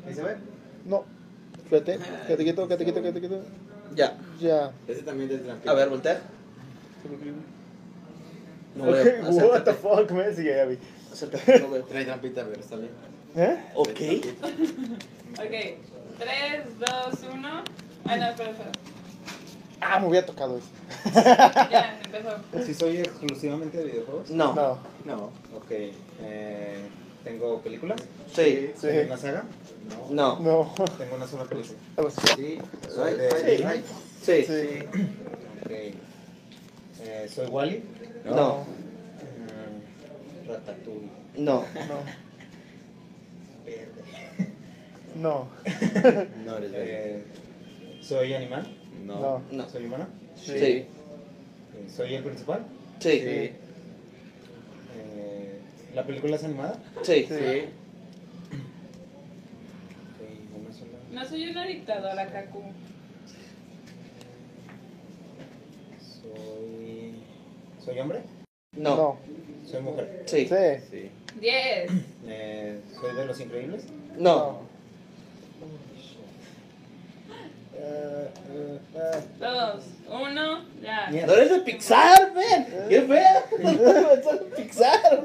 ¿Ahí se ve?
No. Fíjate. Quédate quieto, quédate quieto, quédate quieto.
Ya.
Ya.
Ese también es trampa.
A ver, voltea. No
Ok,
veo.
what the
Acércate.
fuck, me decía ya vi.
Acércate, no veo.
Trae trampita, pero está bien.
¿Eh?
Ok.
Ok. 3, 2, 1. Ah, no, espera, espera.
Ah, me hubiera tocado eso.
Ya, empezó.
¿Si soy exclusivamente de videojuegos?
No.
No.
No. Ok. Eh, ¿Tengo películas?
Sí.
Sí.
¿Tengo una saga?
No.
No.
Tengo una sola película. Sí.
Soy
Soy
de-
de...
Sí.
Sí.
Ok. Eh, ¿Soy Wally?
No.
Mm, Ratatouille.
No.
No. No.
No eres eh, ¿Soy animal?
No.
No.
¿Soy humano?
Sí.
Eh, ¿Soy el principal?
Sí.
Eh, ¿La película es animada?
Sí.
Sí.
Ok, una sola.
No soy una dictadora, Kaku.
¿Soy... ¿Soy hombre?
No.
No.
¿Soy mujer?
Sí.
Sí.
Sí.
10.
Eh, ¿Soy de los increíbles?
No.
Eh, eh, eh.
Dos, uno, ya.
Mierda.
¡No eres de Pixar, ven! ¡Qué feo! ¡Pixar!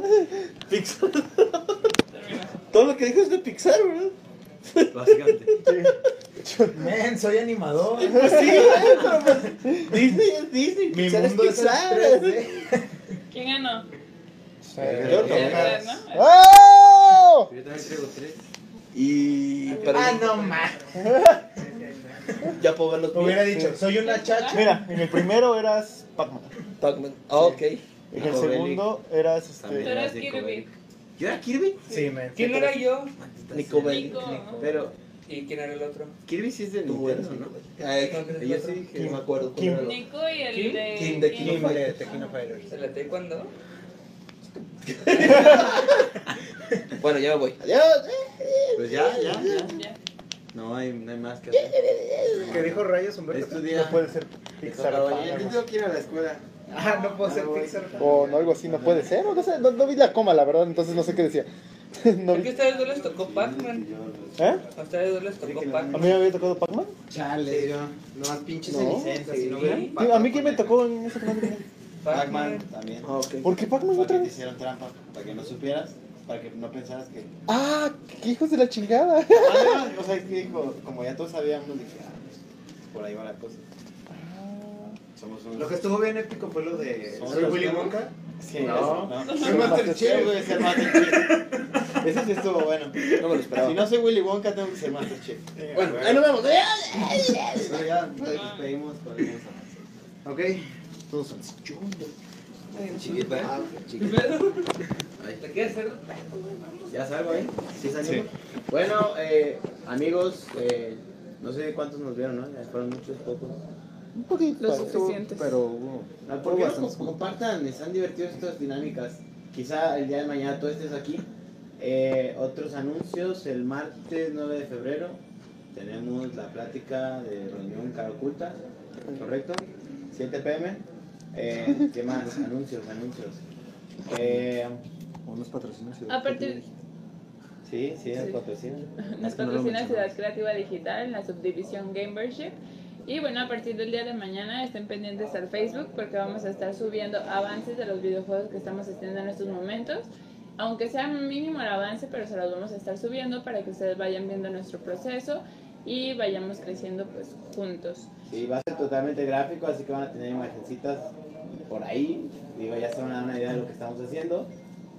¡Pixar! Todo lo que dijo es de Pixar, bro.
Men, soy animador.
Pues sí, güey, pero pues, Disney es Disney,
Mi
Pixar es
mundo es ¿eh?
Pixar.
en
¿Quién ganó?
Yo no.
Ustedes, ¿no?
¡Oh!
Yo también traigo tres.
Y. pero-
Ah, no más.
Ya puedo ver los
Me hubiera
míos.
dicho, soy una chacha.
Mira, en el primero eras Pac-Man.
Pac-Man. Ah, ok.
En el segundo eras este.
Tú eras Kirby.
¿Yo era Kirby?
Sí, men.
¿Quién era yo? Nico Bellic.
Nico.
Pero
¿Y quién era el otro?
Kirby sí es de
Tú eres
Nintendo, ¿no?
Nico Bellic. Ah, eh, Yo sí dije, no me acuerdo. cuál era el otro.
Nico y el
¿Kim?
de. Ah,
Kim de
Kim.
King of Fighters. Pues,
Fighters.
¿Se la te cuando?
Bueno, ya me voy. Adiós.
¿eh?
Pues ya, ya, ya.
Ya.
No hay, no hay más que hacer.
Que dijo Rayos Humberto.
Estudia.
No puede ser Pixar.
Oye,
fan,
Yo
algo
tengo que ir a la escuela.
Ah, no puedo ser Pixar.
Oh,
O no, algo así, no puede ser. o No, sé, no, no vi la coma, la verdad, entonces no sé qué decía. No
¿Por qué
vi-
a ustedes no les tocó Pac-Man?
¿Eh?
A ustedes no les tocó
¿A
Pac-Man.
mí me había tocado Pac-Man?
Chale, yo. No más pinches
No,
cenicientas. Si no hubiera un
Digo, ¿A mí
Pac-Man
quién me
con
tocó en ese canal?
Pac-Man también.
Ah, ok.
¿Por qué Pac-Man otra
Para que te
vez?
hicieran trampa, para que no supieras, para que no pensaras que.
¡Ah! ¡Qué hijos de la chingada!
Ah, o sea, es que dijo, como ya todos sabíamos, dije, ah, pues, por ahí va la cosa. Somos unos.
Lo que estuvo bien épico fue lo de.
somos
¿Soy
los-
Willy Wonka?
Sí,
No.
eso, no. Soy Masterchef, güey, ser Masterchef. Ese sí estuvo bueno.
No me lo esperaba.
Si no soy Willy Wonka, tengo que ser Masterchef.
Bueno, ahí nos vemos.
Pero ya, nos despedimos, pues, podemos avanzar.
Ok.
Todos son chundo. Ah,
Chiquita.
¿Te quieres hacer?
Ya salgo, ¿eh? Sí, salimos. Bueno, eh, amigos, eh, no sé cuántos nos vieron, ¿no? Ya Fueron muchos, pocos.
Un poquito,
Lo
pero-
suficientes.
pero hubo.
No, ¿Por qué no
Bastante.
co- compartan? Están divertidas estas dinámicas. Quizá el día de mañana tú estés aquí. Eh, otros anuncios, el martes 9 de febrero tenemos la plática de reunión cara oculta, ¿correcto? 7 pm. Eh, ¿Qué más? Anuncios, anuncios. Eh,
Unos patrocinios.
A partir
sí, sí, es
Sí.
patrocinio.
nos patrocina Ciudad Creativa Digital en la subdivisión Gamership. Y bueno, a partir del día de mañana estén pendientes al Facebook porque vamos a estar subiendo avances de los videojuegos que estamos haciendo en estos momentos. Aunque sea mínimo el avance, pero se los vamos a estar subiendo para que ustedes vayan viendo nuestro proceso y vayamos creciendo pues juntos.
Sí, va a ser totalmente gráfico, así que van a tener imagencitas por ahí. Digo, ya se van a dar una idea de lo que estamos haciendo,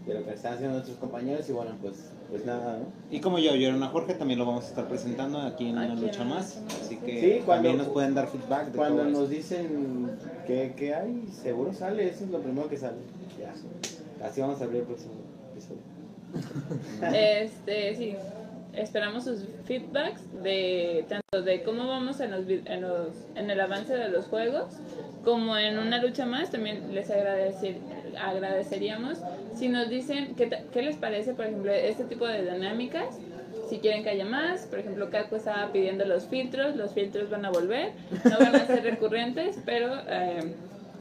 de lo que están haciendo nuestros compañeros y bueno, pues, pues nada, ¿no?
Y como ya oyeron a Jorge, también lo vamos a estar presentando aquí en Una
Aquí en
Lucha
Una
Más.
Lucha Más,
Así
sí.
que
Sí, cuando-
también nos pueden dar feedback de
Cuando
todo esto.
nos dicen que, que hay, seguro sale, eso es lo primero que sale. Ya. Así vamos a abrir el próximo episodio.
Este, sí, esperamos sus feedbacks de tanto de cómo vamos en los, vi- en los- en el avance de los juegos como en una lucha más. También les agradecer, agradeceríamos si nos dicen qué, ta- qué les parece, por ejemplo, este tipo de dinámicas. Si quieren que haya más, por ejemplo, Caco estaba pidiendo los filtros, los filtros van a volver, no van a ser recurrentes, pero eh,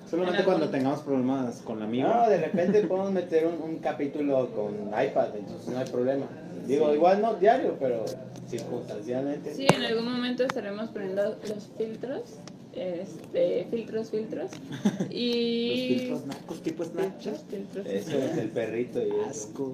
Solamente
en
cuando
algún-
tengamos problemas con la amiga.
No, de repente podemos meter un, un capítulo con iPad, entonces no hay problema. Digo, igual no diario, pero circunstancialmente.
Sí, en algún momento estaremos poniendo los filtros. Este, filtros, filtros. Y.
Los nacos tipo Snapchat.
filtros.
Eso es el perrito y eso.
Asco.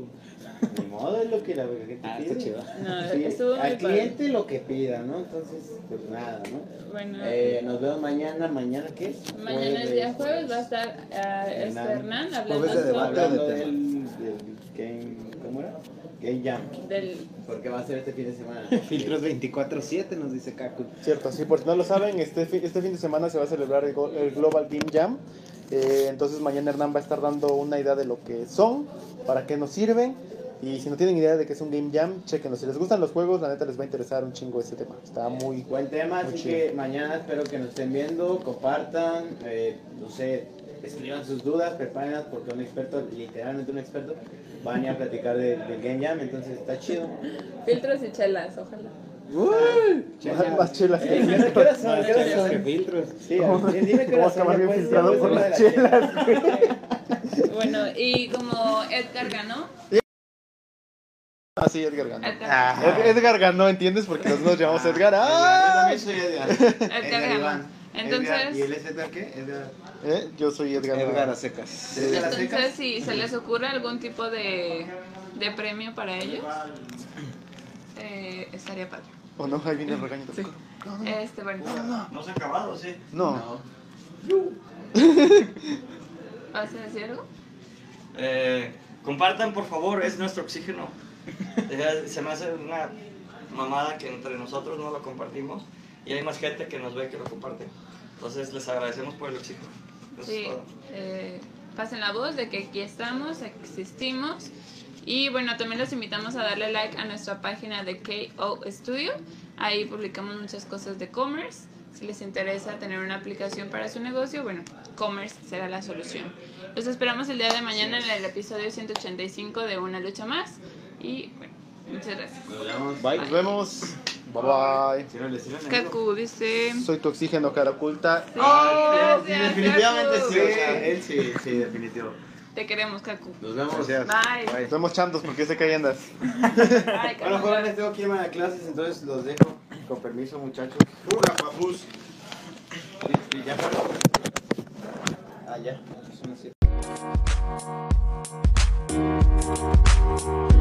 Ni modo es lo que la gente
Ah, está
pide.
chido.
No,
Sí,
estuvo muy padre.
al cliente lo que pida, ¿no? Entonces, pues nada, ¿no?
Bueno,
Eh, nos vemos mañana, mañana qué es?
Ah. mañana es día jueves, va a estar ah, este
Hernán.
Hernán hablando
Jueves de debate.
sobre-
Hablando
de
del, del game, ¿cómo era? Game Jam,
del.
porque va a ser este fin de semana.
Filtros 24-7 nos dice Kaku.
Cierto, sí, por si no lo saben, este, fi- este fin de semana se va a celebrar el, go- el Global Game Jam. Eh, entonces mañana Hernán va a estar dando una idea de lo que son, para qué nos sirven. Y si no tienen idea de qué es un Game Jam, chequenlo. Si les gustan los juegos, la neta les va a interesar un chingo ese tema. Está muy
Buen tema,
Muy
así
chido.
que mañana espero que nos estén viendo, compartan, eh, no sé, escriban sus dudas, prepárenlas porque un experto, literalmente un experto, va a venir a platicar de- del Game Jam, entonces está chido.
Filtros y chelas, ojalá.
Más- más chelas.
Eh, ¿qué hora- qué hora son?
Más
¿Qué hora
chelas
son?
que filtros.
Sí, a ver, eh, dime que
Vamos a acabar bien filtrado por las chelas.
Bueno, y como Edgar ganó,
Ah, sí, Edgar ganó.
Edgar.
Ah, Ed- Edgar ganó, ¿entiendes? Porque nosotros nos llamamos Edgar. ¡Ah!
Yo también soy Edgar.
Edgar
Edgar
ganó.
Iván.
Entonces-
Edgar, ¿Y él es Edgar qué? Edgar.
¿Eh? Yo soy Edgar.
Edgar a secas.
¿Desde las
entonces
secas?
si se les ocurre algún tipo de, de premio para ellos, eh, estaría padre.
¿O no? Ahí viene el regaño. del coro.
Este, bueno.
No se ha acabado, sí.
No.
¿Vas a decir algo?
Eh, compartan, por favor, es nuestro oxígeno. Eh, Se me hace una mamada que entre nosotros no lo compartimos y hay más gente que nos ve que lo comparte. Entonces les agradecemos por el oxígeno. Eso es
Sí,
todo.
eh, pasen la voz de que aquí estamos, existimos. Y bueno, también los invitamos a darle like a nuestra página de KO Studio. Ahí publicamos muchas cosas de commerce. Si les interesa tener una aplicación para su negocio, bueno, commerce será la solución. Los esperamos el día de mañana en el episodio 185 de Una Lucha Más. Y bueno, muchas gracias.
Bye. Nos vemos. Bye bye.
Kaku dice...
Soy tu oxígeno, cara oculta.
Sí, gracias,
Oh, Definitivamente
Kaku.
sí, o sea, él sí, sí, definitivo.
Te queremos, Kaku.
Nos vemos.
Gracias.
Bye.
Nos vemos chandos porque yo sé que ahí andas.
Bueno, jóvenes, tengo que irme a clases, entonces los dejo. Con permiso, muchachos. ¡Hurra, papus! Y- y ya, pero- Ah, ya. Son las siete.